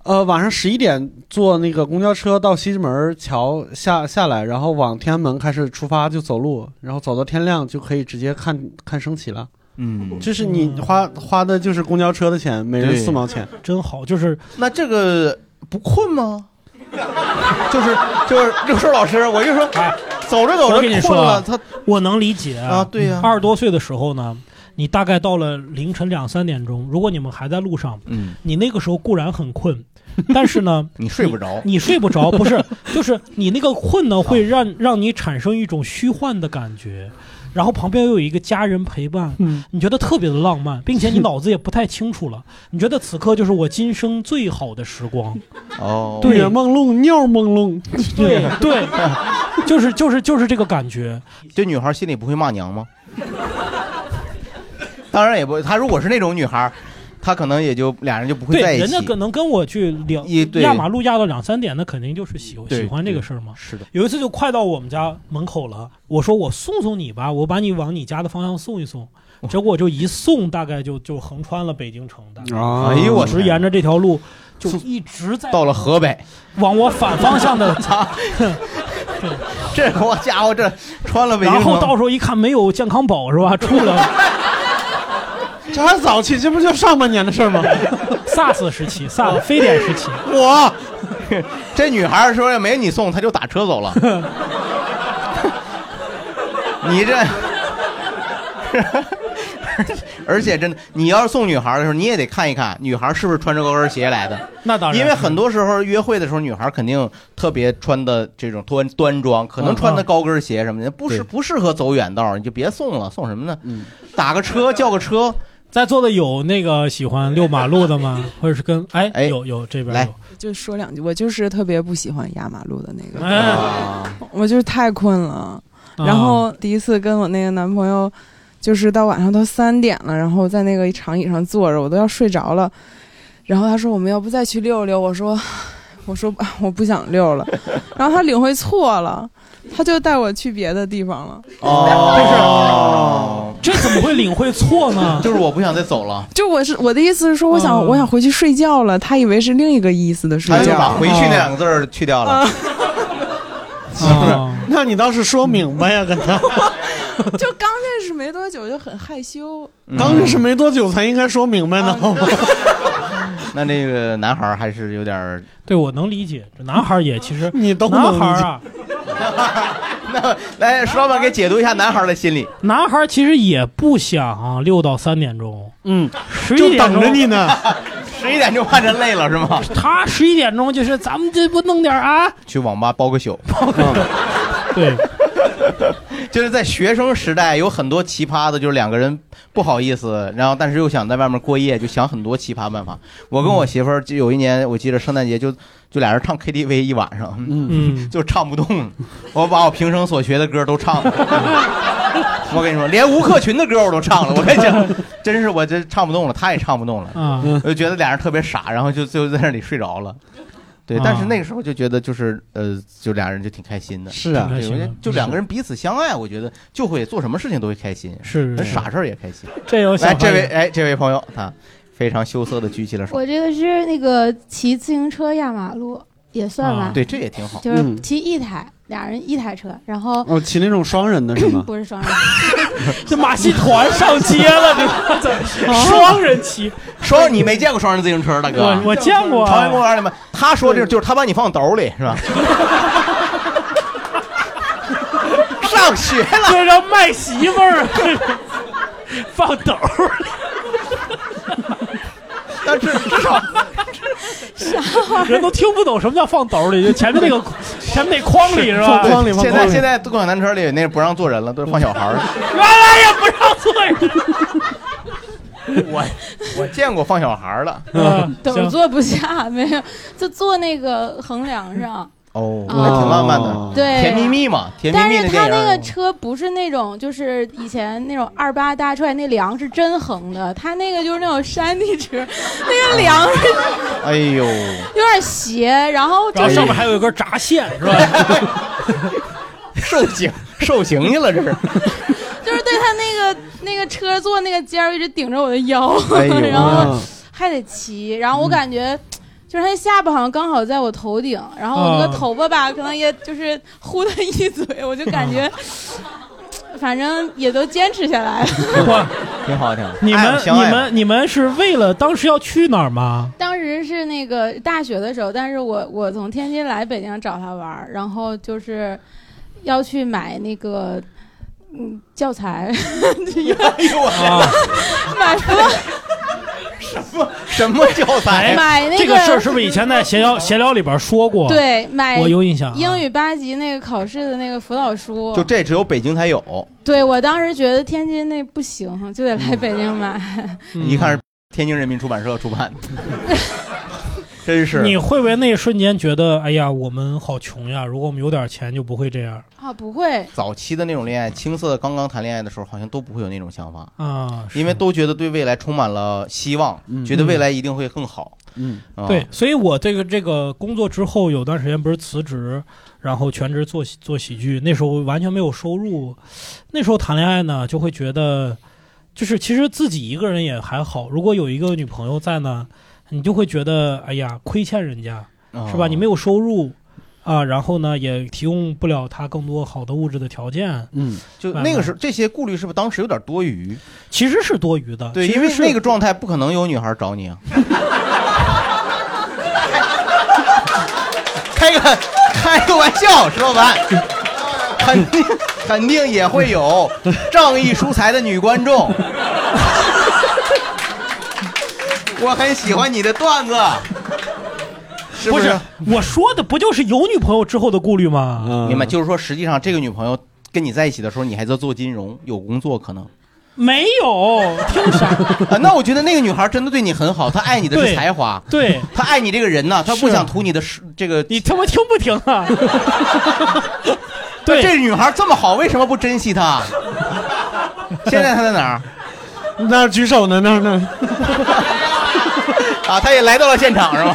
Speaker 7: 呃，晚上十一点坐那个公交车到西直门桥下下来，然后往天安门开始出发，就走路，然后走到天亮就可以直接看看升旗了。
Speaker 5: 嗯，
Speaker 7: 就是你花花的就是公交车的钱，每人
Speaker 5: 对
Speaker 7: 四毛钱。
Speaker 6: 真好，就是
Speaker 5: <laughs> 那这个不困吗？ <laughs> 就是就是六叔老师，我就说，走着走
Speaker 6: 哎我跟你
Speaker 5: 着
Speaker 6: 说
Speaker 5: 困了，
Speaker 6: 啊
Speaker 5: 他
Speaker 6: 我能理解
Speaker 5: 啊，对呀、
Speaker 6: 二十多岁的时候呢，你大概到了凌晨两三点钟，如果你们还在路上，
Speaker 3: 嗯，
Speaker 6: 你那个时候固然很困， <laughs> 但是呢，
Speaker 5: <laughs> 你睡不着，
Speaker 6: 你睡不着， <laughs> 不是，就是你那个困呢，会让让你产生一种虚幻的感觉。然后旁边又有一个家人陪伴，
Speaker 7: 嗯
Speaker 6: 你觉得特别的浪漫，并且你脑子也不太清楚了，你觉得此刻就是我今生最好的
Speaker 5: <laughs>
Speaker 6: 时光。
Speaker 5: 哦，
Speaker 6: 对
Speaker 7: 也朦胧，尿朦胧。
Speaker 6: 对对，就是就是就是这个感觉。
Speaker 5: 这女孩心里不会骂娘吗？当然也不，她如果是那种女孩，她可能也就俩人就不会
Speaker 6: 对
Speaker 5: 在，一
Speaker 6: 人
Speaker 5: 起。
Speaker 6: 家可能跟我去聊
Speaker 5: 一对
Speaker 6: 压马路压到两三点，那肯定就是喜
Speaker 5: 对
Speaker 6: 喜欢这个事儿嘛。
Speaker 5: 是的，
Speaker 6: 有一次就快到我们家门口了，我说我送送你吧，我把你往你家的方向送一送。
Speaker 5: 哦
Speaker 6: <laughs> 结果就一送，大概就就横穿了北京城的，
Speaker 7: 啊
Speaker 5: 哎呦我
Speaker 6: 一直沿着这条路就一直在
Speaker 5: 到了河北，
Speaker 6: 往我反方向的 <laughs>
Speaker 5: 这我家伙这穿了北京
Speaker 6: 然
Speaker 5: 城，
Speaker 6: 后到时候一看没有健康宝是吧？出了，
Speaker 7: <laughs> 这还早期，这不就上半年的事
Speaker 6: <laughs>
Speaker 7: 儿吗？
Speaker 6: SARS 时期，SARS 非典时期，
Speaker 5: 我， <laughs> 这女孩说要没你送，她就打车走了。 <laughs> 你这， <laughs> 而且真的，你要是送女孩的时候，你也得看一看女孩是不是穿着高跟鞋来的，
Speaker 6: 那当然，
Speaker 5: 因为很多时候约会的时候，女孩肯定特别穿的这种端端庄，可能
Speaker 6: 嗯
Speaker 5: 穿的高跟鞋什么的，不
Speaker 7: 对
Speaker 5: 是不适合走远道，你就别送了，送什么呢？
Speaker 6: 嗯
Speaker 5: 打个车，叫个车，
Speaker 6: 在座的有那个喜欢遛马路的吗？或者是跟哎
Speaker 5: 哎
Speaker 6: 有有这边
Speaker 5: 来
Speaker 6: 有，
Speaker 10: <laughs> 就说两句，我就是特别不喜欢压马路的那个，
Speaker 6: 哎，
Speaker 10: 我就是太困了。
Speaker 6: 啊
Speaker 10: 然后第一次跟我那个男朋友，就是到晚上都三点了，然后在那个长椅上坐着，我都要睡着了。然后他说我们要不再去溜溜，我说我说 <laughs> 啊我不想溜了。然后他领会错了，他就带我去别的地方了。
Speaker 5: 哦，
Speaker 6: 这怎么会领会错呢？
Speaker 5: <laughs> 就是我不想再走了，
Speaker 10: 就我是我的意思是说，我想、
Speaker 6: 嗯
Speaker 10: 我想回去睡觉了，他以为是另一个意思的 <laughs> 睡
Speaker 5: 他就哎把
Speaker 10: 觉。
Speaker 5: 回去那两个字嗯儿去
Speaker 10: <laughs>
Speaker 5: 掉了。
Speaker 6: 啊，
Speaker 7: 那你倒是说明白呀、跟他
Speaker 10: 就刚认识没多久就很害羞，
Speaker 5: 嗯
Speaker 7: 刚认识没多久才应该说明白呢，好吗？
Speaker 5: <laughs> 那那个男孩儿还是有点儿，
Speaker 6: 对我能理解，这男孩儿也其实
Speaker 7: 你都能
Speaker 6: 男
Speaker 7: 理
Speaker 6: 孩儿
Speaker 7: 解
Speaker 6: 啊，
Speaker 5: <laughs> 那来石老板给解读一下男孩儿的心理。
Speaker 6: 男孩儿其实也不想啊溜到三点钟，
Speaker 7: 嗯，
Speaker 6: 十一
Speaker 7: 就
Speaker 6: 点
Speaker 7: 等着
Speaker 6: 钟
Speaker 7: 你呢。
Speaker 5: 十一点就怕人累了是吗？
Speaker 6: 他十一点钟就是咱们这不弄点儿啊？
Speaker 5: 去网吧包个宿，
Speaker 6: 嗯对，
Speaker 5: <laughs> 就是在学生时代有很多奇葩的，就是两个人不好意思，然后但是又想在外面过夜，就想很多奇葩办法。我跟我媳妇儿就有一年，我记得圣诞节就就俩人唱 KTV 一晚上，
Speaker 6: 嗯，
Speaker 5: 就唱不动，我把我平生所学的歌都唱了。我跟你说，连吴克群的歌我都唱了。我跟你讲，真是我这唱不动了，他也唱不动了。
Speaker 6: 啊，
Speaker 5: 我就觉得俩人特别傻，然后就最后在那里睡着了。对，
Speaker 6: 啊
Speaker 5: 但是那个时候就觉得就是呃，就俩人就挺开心的。
Speaker 7: 是啊
Speaker 5: 对
Speaker 6: 挺开心
Speaker 5: 我
Speaker 6: 的
Speaker 5: 觉得就两个人彼此相爱，我觉得就会做什么事情都会开心，
Speaker 6: 是是是
Speaker 5: 傻事儿也开心。
Speaker 6: 这有小
Speaker 5: 来，这
Speaker 6: 孩
Speaker 5: 位
Speaker 6: 儿
Speaker 5: 哎，这位朋友啊，非常羞涩的举起了
Speaker 6: <laughs>
Speaker 5: 手
Speaker 11: 我，这个是那个骑自行车压马路，也算吧，
Speaker 6: 啊
Speaker 5: 对，这也挺好。
Speaker 11: 就是
Speaker 7: 嗯
Speaker 11: 骑一台，俩人一台车，然后
Speaker 7: 哦，骑那种双人的是吗？
Speaker 11: <coughs> 不是双人，
Speaker 6: <laughs> 这马戏团上街了，这
Speaker 5: <laughs>
Speaker 7: 哦
Speaker 6: 这双人骑，
Speaker 5: 双人你没见过双人自行车，大
Speaker 6: 我
Speaker 5: 哥。
Speaker 6: 我见过啊
Speaker 5: 朝阳公园里面，他说这就是他把你放兜里是吧？上学了，
Speaker 6: 这叫卖媳妇儿，啊放斗儿
Speaker 5: 但是至少
Speaker 6: 人都 <laughs> 听不懂什么叫放斗里，就前面那个前面那筐里是吧？
Speaker 7: 放筐里放
Speaker 5: 现
Speaker 7: 筐
Speaker 5: 在
Speaker 7: 里
Speaker 5: 现在共享单车里那不让坐人了，都是放小孩儿。
Speaker 6: 原来也不让坐
Speaker 5: <laughs>
Speaker 6: 人。
Speaker 5: 我我见过放小孩儿的
Speaker 6: 嗯
Speaker 11: 斗
Speaker 6: 行
Speaker 11: 坐不下，没有，就坐那个横梁
Speaker 6: 嗯
Speaker 11: 上，
Speaker 5: 哦，
Speaker 11: 哦
Speaker 5: 还挺浪漫的，
Speaker 11: 对，
Speaker 5: 甜蜜蜜嘛，甜蜜
Speaker 11: 但
Speaker 5: 蜜
Speaker 11: 是
Speaker 5: 电
Speaker 11: 他
Speaker 5: 影
Speaker 11: 那
Speaker 5: 儿
Speaker 11: 个车不是那种，就是以前那种二八搭出来那梁是真横的，他那个就是那种山地车，那个
Speaker 6: 啊
Speaker 11: 梁是
Speaker 5: 哎呦，
Speaker 11: 有点斜，然后
Speaker 6: 然
Speaker 11: 就
Speaker 6: 后
Speaker 11: 是
Speaker 6: 上面还有一根闸线是吧？
Speaker 5: <laughs> 受刑受刑去了这是，
Speaker 11: 就是对他那个那个车座那个尖儿一直顶着我的腰，
Speaker 5: 哎呦
Speaker 11: <laughs> 然后
Speaker 7: 啊
Speaker 11: 还得骑，然后我感觉。就是他下巴好像刚好在我头顶，然后我那个
Speaker 6: 啊
Speaker 11: 头发吧，可能也就是呼他一嘴，我就感觉，
Speaker 5: 啊
Speaker 11: <laughs> 反正也都坚持
Speaker 5: <laughs>
Speaker 11: 下来了。
Speaker 6: 我
Speaker 5: 挺好挺好。
Speaker 6: 你
Speaker 5: 爱
Speaker 6: 们
Speaker 5: 嘛相
Speaker 6: 你
Speaker 5: 爱嘛
Speaker 6: 们你们是为了当时要去哪儿
Speaker 11: <laughs>
Speaker 6: 吗？
Speaker 11: 当时是那个大学的时候，但是我我从天津来北京找他玩儿，然后就是要去买那个嗯教材， <laughs>
Speaker 5: 哎呦我
Speaker 6: 啊，
Speaker 11: 买
Speaker 5: 什么教材？
Speaker 11: 买那
Speaker 6: 哎这个事儿是不是以前在闲聊闲聊里边说过？，
Speaker 11: 对买
Speaker 6: 我有印象啊。
Speaker 11: 英语八级那个考试的那个辅导书，
Speaker 5: 就这只有北京才有，
Speaker 11: 对我当时觉得天津那不行，就得来北京买。 <laughs>
Speaker 6: 嗯
Speaker 5: 一看是天津人民出版社出版的，真是
Speaker 6: 你会不会那一瞬间觉得，哎呀，我们好穷呀？如果我们有点钱，就不会这样
Speaker 11: 啊，不会，
Speaker 5: 早期的那种恋爱，青涩刚刚谈恋爱的时候，好像都不会有那种想法。
Speaker 6: 啊。是
Speaker 5: 因为都觉得对未来充满了希望，觉得未来一定会更好。
Speaker 7: 嗯，
Speaker 5: 啊
Speaker 6: 对，，所以我这个这个工作之后有段时间不是辞职，然后全职做喜做喜剧，那时候完全没有收入，那时候谈恋爱呢就会觉得，就是其实自己一个人也还好，如果有一个女朋友在呢，你就会觉得哎呀亏欠人家
Speaker 5: 啊
Speaker 6: 是吧？你没有收入。啊，然后呢也提供不了他更多好的物质的条件。
Speaker 7: 嗯，
Speaker 5: 就那个时候这些顾虑是不是当时有点多余？
Speaker 6: 其实是多余的，
Speaker 5: 对，
Speaker 6: 其
Speaker 5: 因
Speaker 6: 实
Speaker 5: 为
Speaker 6: 是
Speaker 5: 那个状态不可能有女孩找你啊。 <laughs> 开个开个玩笑，石老板，肯定肯定也会有仗义疏财的女观众。 <laughs> 我很喜欢你的段子，是
Speaker 6: 不
Speaker 5: 是？
Speaker 6: 我说的不就是有女朋友之后的顾虑吗？
Speaker 5: 明白，就是说，实际上这个女朋友跟你在一起的时候，你还在做金融，有工作可
Speaker 6: <laughs>
Speaker 5: 能。
Speaker 6: 没有，听啥？
Speaker 5: 啊，那我觉得那个女孩真的对你很好，她爱你的是
Speaker 6: 对
Speaker 5: 才华， <laughs>
Speaker 6: 对
Speaker 5: 她爱你这个人呐，她不想图你的是这个。
Speaker 6: 你他妈听不听
Speaker 5: <laughs>
Speaker 6: 啊？
Speaker 5: 对，这女孩这么好，为什么不珍惜
Speaker 6: <laughs>
Speaker 5: 她？
Speaker 7: <laughs>
Speaker 5: 现在她在哪儿？
Speaker 7: 那儿举手呢，那儿呢。
Speaker 5: <laughs> 啊，她也来到了现场是吗？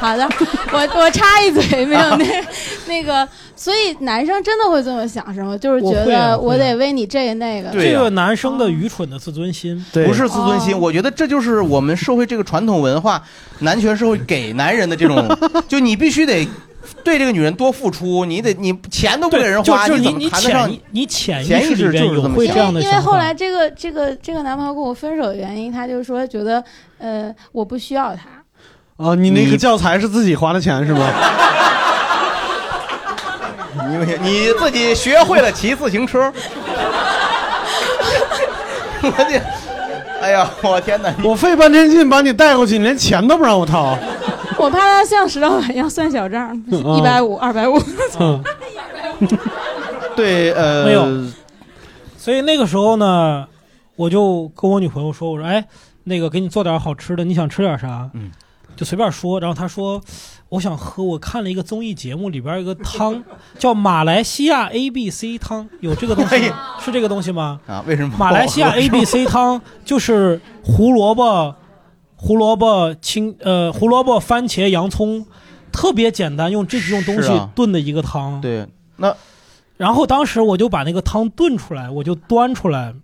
Speaker 11: 好的，我我插一嘴，没有那
Speaker 5: <laughs>
Speaker 11: 那个，所以男生真的会这么想是吗？就是觉
Speaker 6: 我会啊会
Speaker 11: 得
Speaker 6: 啊
Speaker 11: 我得为你这个那个。
Speaker 5: 对
Speaker 6: 这
Speaker 5: 呀
Speaker 6: 个男生的愚蠢的自尊心，
Speaker 5: 不是自尊
Speaker 6: 哦
Speaker 5: 心，我觉得这就是我们社会这个传统文化，男权社会给男人的这种， <laughs> 就你必须得对这个女人多付出，你得你钱都不给
Speaker 6: 对，
Speaker 5: 人
Speaker 6: 就
Speaker 5: 花，
Speaker 6: 就是
Speaker 5: 怎
Speaker 6: 你
Speaker 5: 么谈得
Speaker 6: 潜
Speaker 5: 上
Speaker 6: 意？你潜意
Speaker 5: 潜意
Speaker 6: 识
Speaker 5: 识
Speaker 6: 里边
Speaker 5: 就是这
Speaker 6: 有
Speaker 5: 么
Speaker 6: 会
Speaker 5: 想
Speaker 6: 这样的
Speaker 5: <laughs>
Speaker 11: 因
Speaker 6: 想
Speaker 11: 为
Speaker 6: 法。
Speaker 11: 后来这个这个这个男朋友跟我分手的原因，他就说觉得呃我不需要他，
Speaker 7: 哦，你那个教材是自己花的钱是吗？
Speaker 5: 你你自己学会了骑自行
Speaker 6: <laughs>
Speaker 5: 车，我这，哎呀，我天哪！
Speaker 7: 我费半天劲把你带过去，你连钱都不让我掏。
Speaker 11: 我怕他像石老板一样算小账，
Speaker 7: 嗯
Speaker 11: 一百五、二百五。 <laughs>
Speaker 7: 嗯，
Speaker 5: 对，呃，
Speaker 6: 没有所以那个时候呢，我就跟我女朋友说，我说，哎，那个给你做点好吃的，你想吃点啥？
Speaker 5: 嗯，
Speaker 6: 就随便说。然后她说，我想喝，我看了一个综艺节目，里边有个汤叫马来西亚 A B C 汤，有这个东
Speaker 5: 哎
Speaker 6: 西吗？是这个东西吗？
Speaker 5: 啊，为什么
Speaker 6: <laughs> 马来西亚
Speaker 5: 不好喝
Speaker 6: A
Speaker 5: <laughs>
Speaker 6: B C 汤就是胡萝卜、胡萝卜青呃胡萝卜、番茄、洋葱，特别简单，用这几种东
Speaker 5: 是
Speaker 6: 西
Speaker 5: 啊
Speaker 6: 炖的一个汤。
Speaker 5: 对，那
Speaker 6: 然后当时我就把那个汤炖出来，我就端出来，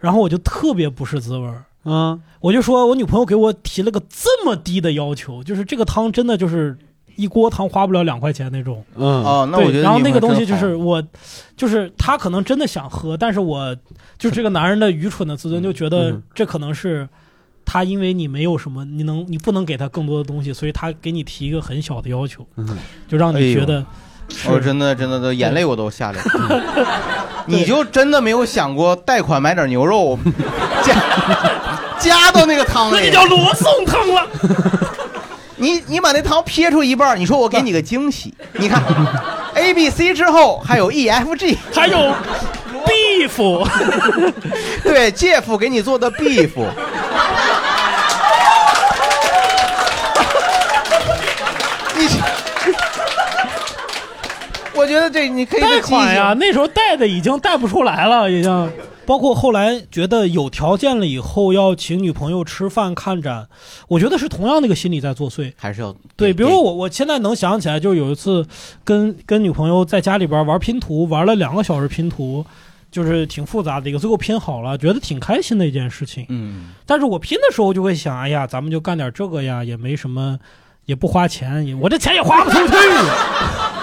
Speaker 6: 然后我就特别不是滋味儿。
Speaker 5: 嗯
Speaker 7: 啊，
Speaker 6: 我就说我女朋友给我提了个这么低的要求，就是这个汤真的就是一锅汤花不了两块钱那种。
Speaker 7: 嗯，
Speaker 5: 哦，那我
Speaker 6: 对
Speaker 5: 觉得
Speaker 6: 然后那
Speaker 5: 你
Speaker 6: 个
Speaker 5: 们
Speaker 6: 东西就
Speaker 5: 真好
Speaker 6: 是我，就是他可能真的想喝，但是我就这个男人的愚蠢的自尊就觉得
Speaker 7: 嗯
Speaker 6: 这可能是他因为你没有什么，你能你不能给他更多的东西，所以他给你提一个很小的要求，
Speaker 7: 嗯
Speaker 6: 就让
Speaker 5: 哎
Speaker 6: 你
Speaker 5: 呦
Speaker 6: 觉得是、
Speaker 5: 我真的真的都眼泪我都下来了。
Speaker 6: <laughs>
Speaker 5: 你就真的没有想过贷款买点牛肉，加加到那个汤
Speaker 6: 那
Speaker 5: 里
Speaker 6: 就？叫罗宋汤了。
Speaker 5: <laughs> 你你把那汤撇出一半儿，你说我给你个惊喜，你看 A B C 之后还有 E F G，
Speaker 6: 还有 beef，
Speaker 5: 对，Jeff 给你做的 beef。你，我觉得这你可以
Speaker 6: 贷
Speaker 5: 再积
Speaker 6: 款呀、
Speaker 5: 极
Speaker 6: 那时候贷的已经贷不出来了，已经。包括后来觉得有条件了以后要请女朋友吃饭看展，我觉得是同样的一个心理在作祟。
Speaker 5: 还是要
Speaker 6: 对，比如说
Speaker 5: 给
Speaker 6: 我，我现在能想起来，就是有一次跟跟女朋友在家里边玩拼图，玩了两个小时拼图，就是挺复杂的一个，最后拼好了，觉得挺开心的一件事情。
Speaker 5: 嗯，
Speaker 6: 但是我拼的时候就会想，哎呀，咱们就干点这个呀，也没什么，也不花钱，也我这钱也花
Speaker 5: <laughs>
Speaker 6: 不出去。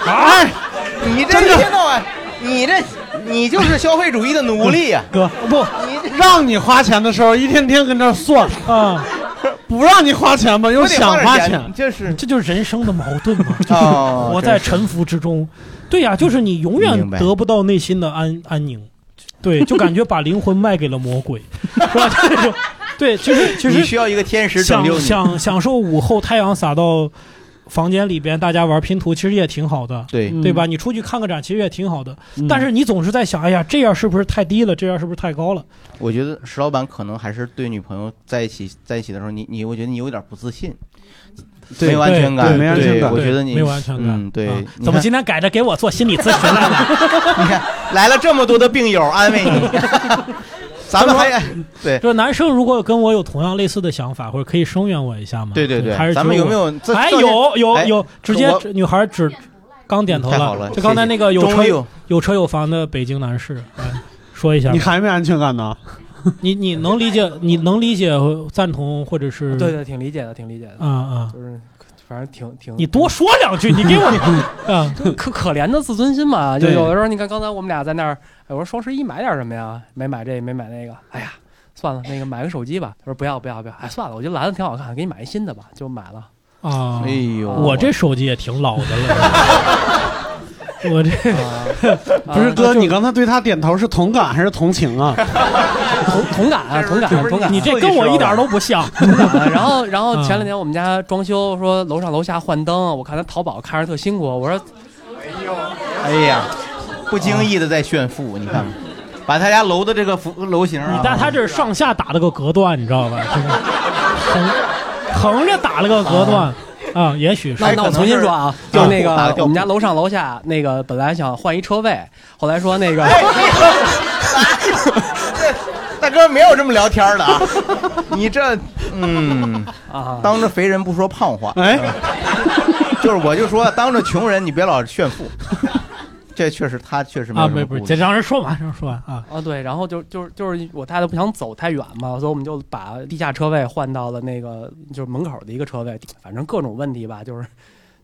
Speaker 6: 哎，
Speaker 5: 你这一天到晚，你这你就是消费主义的奴隶
Speaker 7: <laughs>
Speaker 5: 呀、
Speaker 6: 哥，不，
Speaker 7: 让你花钱的时候，一天天跟这儿算，
Speaker 6: 啊，
Speaker 7: 不让你花钱吧，又
Speaker 5: 我得
Speaker 7: 想
Speaker 5: 花
Speaker 7: 花
Speaker 5: 点
Speaker 7: 钱。
Speaker 5: 这是
Speaker 6: 这就是人生的矛盾
Speaker 5: <laughs>
Speaker 6: 嘛。
Speaker 5: 哦
Speaker 6: 我在沉浮之中，对呀、就是你永
Speaker 5: 明
Speaker 6: 远
Speaker 5: 白
Speaker 6: 得不到内心的安安宁，对，就感觉把灵魂卖给了魔鬼，是吧？ <laughs> 这种，对，其实其
Speaker 5: 你需
Speaker 6: 实
Speaker 5: 要一个天使拯
Speaker 6: 享
Speaker 5: 救你。
Speaker 6: 享 <laughs> 享受午后太阳洒到房间里边，大家玩拼图，其实也挺好的。
Speaker 5: 对，
Speaker 6: 对吧？你出去看个展，其实也挺好的。
Speaker 7: 嗯
Speaker 6: 但是你总是在想，哎呀，这样是不是太低了？这样是不是太高了？
Speaker 5: 我觉得石老板可能还是对女朋友在一起在一起的时候，你你我觉得你有点不自信，没有安全感，
Speaker 7: 对没安全感
Speaker 5: 我
Speaker 6: 对
Speaker 5: 觉得你
Speaker 6: 没有安全感。
Speaker 5: 嗯，对
Speaker 6: 啊，
Speaker 5: 你
Speaker 6: 怎么
Speaker 5: 看
Speaker 6: 今天改着给我做心理咨询来了？
Speaker 5: <laughs> 你看来了这么多的病友安慰
Speaker 6: <laughs>
Speaker 5: 你，咱们还对
Speaker 6: 就是男生如果跟我有同样类似的想法，或者可以声援我一下吗？
Speaker 5: 对对对，
Speaker 6: 还是
Speaker 5: 咱们
Speaker 6: 只
Speaker 5: 有没？有这？
Speaker 6: 哎，
Speaker 5: 这
Speaker 6: 有有
Speaker 5: 哎
Speaker 6: 有，直接
Speaker 5: 我
Speaker 6: 指女孩指刚点头
Speaker 5: 太好了
Speaker 6: 就刚才那个有
Speaker 5: 终
Speaker 6: 车
Speaker 5: 于有
Speaker 6: 有车有房的北京男士，哎说一下吧
Speaker 7: 你，还没安全感呢？
Speaker 6: <laughs> 你你能理解，你能理解赞同或者是
Speaker 12: 啊对对，挺理解的，挺理解的，
Speaker 6: 啊啊，
Speaker 12: 就是反正挺挺。
Speaker 6: 你多说两句，你给
Speaker 12: <laughs>
Speaker 6: 我啊，
Speaker 12: 可可怜的自尊心嘛，就
Speaker 6: 对
Speaker 12: 有的时候你看刚才我们俩在那儿，哎我说双十一买点什么呀？没买这，没买那个，哎呀，算了，那个买个手机吧。他说不要不要不要，哎算了，我觉得蓝的挺好看，给你买一新的吧，就买
Speaker 6: <laughs>
Speaker 12: 了。
Speaker 6: 啊！
Speaker 12: 哎呦
Speaker 6: 我这手机也挺老的了，我这
Speaker 5: 啊
Speaker 6: <laughs> 啊
Speaker 7: 不是哥，你刚才对他点头是同感还是同情
Speaker 6: <laughs>
Speaker 7: 啊？
Speaker 12: 同同感啊，同感啊，同感啊。
Speaker 6: 你这跟我一点都
Speaker 5: <laughs>
Speaker 6: 不像。
Speaker 12: 啊然后，然后
Speaker 6: 嗯
Speaker 12: 前两天我们家装修，说楼上楼下换灯，我看他淘宝看着特辛苦，我说
Speaker 5: 哎呀，不经意的在炫富，你看看，把他家楼的这个服楼型啊，
Speaker 6: 你但他这是上下打了个隔断，你知道吧？就是横横着打了个隔断啊，也许是。
Speaker 12: 那那我重新说啊，就是那
Speaker 6: 打
Speaker 12: 个
Speaker 6: 掉
Speaker 12: 我们家楼上楼下那个本来想换一车位，后来说那个，
Speaker 5: 哎大哥没有这么聊天的
Speaker 6: <laughs>
Speaker 5: 啊，你这嗯
Speaker 12: 啊，
Speaker 5: 当着肥人不说胖话，
Speaker 7: 哎，
Speaker 5: <laughs> 就是我就说当着穷人你别老炫富，这确实他确实没有
Speaker 6: 啊，
Speaker 5: 什么
Speaker 6: 没不
Speaker 5: 顾
Speaker 6: 是，
Speaker 5: 虑
Speaker 6: 这让人说完，让人说完啊。
Speaker 12: 啊对，然后就就是就是我太太不想走太远嘛，所以我们就把地下车位换到了那个就是门口的一个车位，反正各种问题吧，就是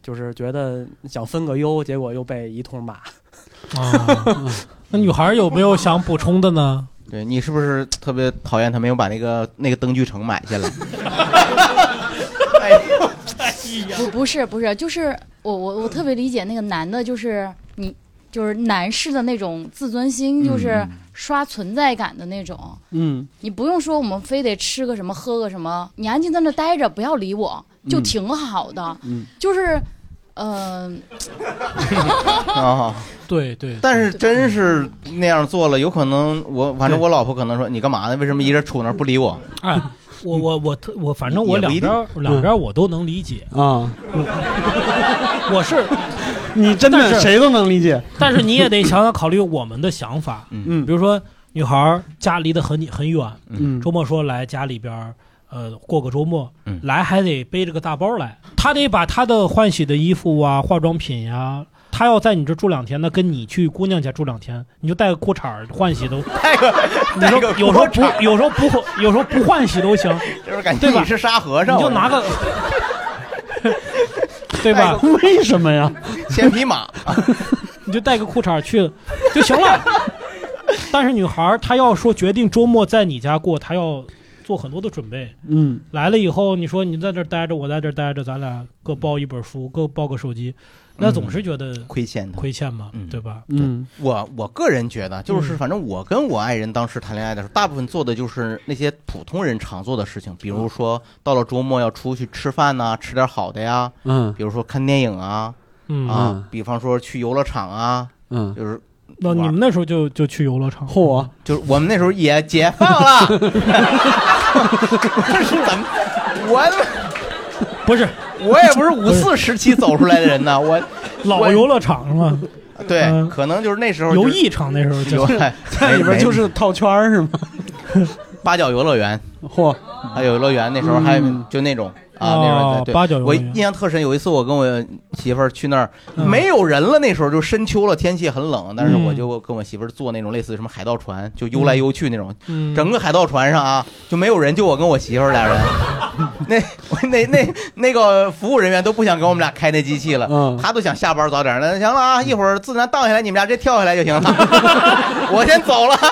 Speaker 12: 就是觉得想分个优，结果又被一通骂。
Speaker 6: 啊，那女孩有没有想补充的呢？
Speaker 5: 对你是不是特别讨厌他没有把那个那个灯具城买下来？
Speaker 13: 不不是不是，就是我我我特别理解那个男的，就是你就是男士的那种自尊心，就是刷存在感的那种。
Speaker 7: 嗯，
Speaker 13: 你不用说我们非得吃个什么喝个什么，你安静在那待着，不要理我，就
Speaker 7: 嗯
Speaker 13: 挺好的。
Speaker 7: 嗯
Speaker 13: 就是，嗯、
Speaker 5: 啊，
Speaker 6: <laughs> 对对，
Speaker 5: 但是真是那样做了，有可能我反正我老婆可能说你干嘛呢？为什么一直杵那儿不理我？
Speaker 6: 哎，我我我特我反正我
Speaker 5: 啊也不
Speaker 6: 两
Speaker 5: 一定
Speaker 6: 边儿两边儿我都能理解，
Speaker 7: 啊，
Speaker 6: 我是，
Speaker 7: <laughs> 你真
Speaker 6: 但
Speaker 7: 的
Speaker 6: 是
Speaker 7: 谁都能理解。
Speaker 6: 但是你也得想想考虑我们的想法，
Speaker 7: 嗯
Speaker 6: 比如说女孩儿家离得很很远，
Speaker 7: 嗯
Speaker 6: 周末说来家里边儿，呃，过个周末，
Speaker 5: 嗯
Speaker 6: 来还得背着个大包来，她得把她的换洗的衣服啊、化妆品呀、她要在你这住两天，那跟你去姑娘家住两天，你就带个裤衩儿换洗
Speaker 5: <laughs>
Speaker 6: 都，带
Speaker 5: 个，
Speaker 6: 你说有时候不，有时候不，有时候不换洗都行，
Speaker 5: <laughs> 就是感
Speaker 6: 对
Speaker 5: 觉
Speaker 6: 吧
Speaker 5: 你是沙和尚，
Speaker 6: 你就拿个，对吧？
Speaker 7: 为什
Speaker 5: <laughs>
Speaker 7: 么呀？
Speaker 5: 千匹马。啊
Speaker 6: <laughs> 你就带个裤衩儿去就行了。但是女孩儿她要说决定周末在你家过，她要做很多的准备。
Speaker 5: <laughs>
Speaker 7: 嗯
Speaker 6: 来了以后，你说你在这儿待着，我在这儿待着，咱俩各抱一本书，各抱个手机，那总是觉得
Speaker 5: 嗯亏欠他。
Speaker 6: 亏欠嘛，对吧？
Speaker 7: 嗯，
Speaker 5: 我我个人觉得，就是反正我跟我爱人当时谈恋爱的时候，大部分做的就是那些普通人常做的事情，比
Speaker 7: 嗯
Speaker 5: 如说到了周末要出去吃饭呐、吃点好的呀，
Speaker 7: 嗯
Speaker 5: 比如说看电影啊，
Speaker 6: 嗯
Speaker 5: 啊，比方说去游乐场啊，
Speaker 7: 嗯，
Speaker 5: 就是 <laughs>
Speaker 6: 那你们那时候就就去游乐场，
Speaker 7: 嚯，
Speaker 5: 就是我们那时候也解放了， <laughs> 这是怎么我
Speaker 6: 不是
Speaker 5: 我也不是五四时期走出来的人呐，我
Speaker 6: 老
Speaker 5: 我
Speaker 6: 游乐场是吗？
Speaker 5: 对，
Speaker 6: 嗯
Speaker 5: 可能就是那时候
Speaker 6: 游
Speaker 5: 就是
Speaker 6: 艺场那时候
Speaker 5: 游
Speaker 6: 就 <laughs>
Speaker 7: 在 <laughs> 里边就是套圈儿是吗？
Speaker 5: 八角游乐
Speaker 6: <laughs>
Speaker 5: 园，
Speaker 7: 嚯，
Speaker 5: 还有游乐园，那时候还
Speaker 7: 嗯
Speaker 5: 就那种啊，
Speaker 6: 哦
Speaker 5: 那时候对
Speaker 6: 八角游乐
Speaker 5: 我
Speaker 6: 园
Speaker 5: 印象特深。有一次我跟我媳妇儿去那儿，
Speaker 6: 嗯
Speaker 5: 没有人了，那时候就深秋了，天气很冷，但是
Speaker 6: 嗯
Speaker 5: 我就跟我媳妇儿坐那种类似于什么海盗船，就游来游去那种，
Speaker 6: 嗯
Speaker 5: 整个海盗船上啊就没有人，就我跟我媳妇儿
Speaker 7: <laughs>
Speaker 5: 俩人。那我那那那个服务人员都不想给我们俩开那机器了，
Speaker 7: 嗯
Speaker 5: 他都想下班早点儿。那行了啊，一会儿自然荡下来，你们俩直接跳下来就行了， <laughs> 我先走了。 <laughs>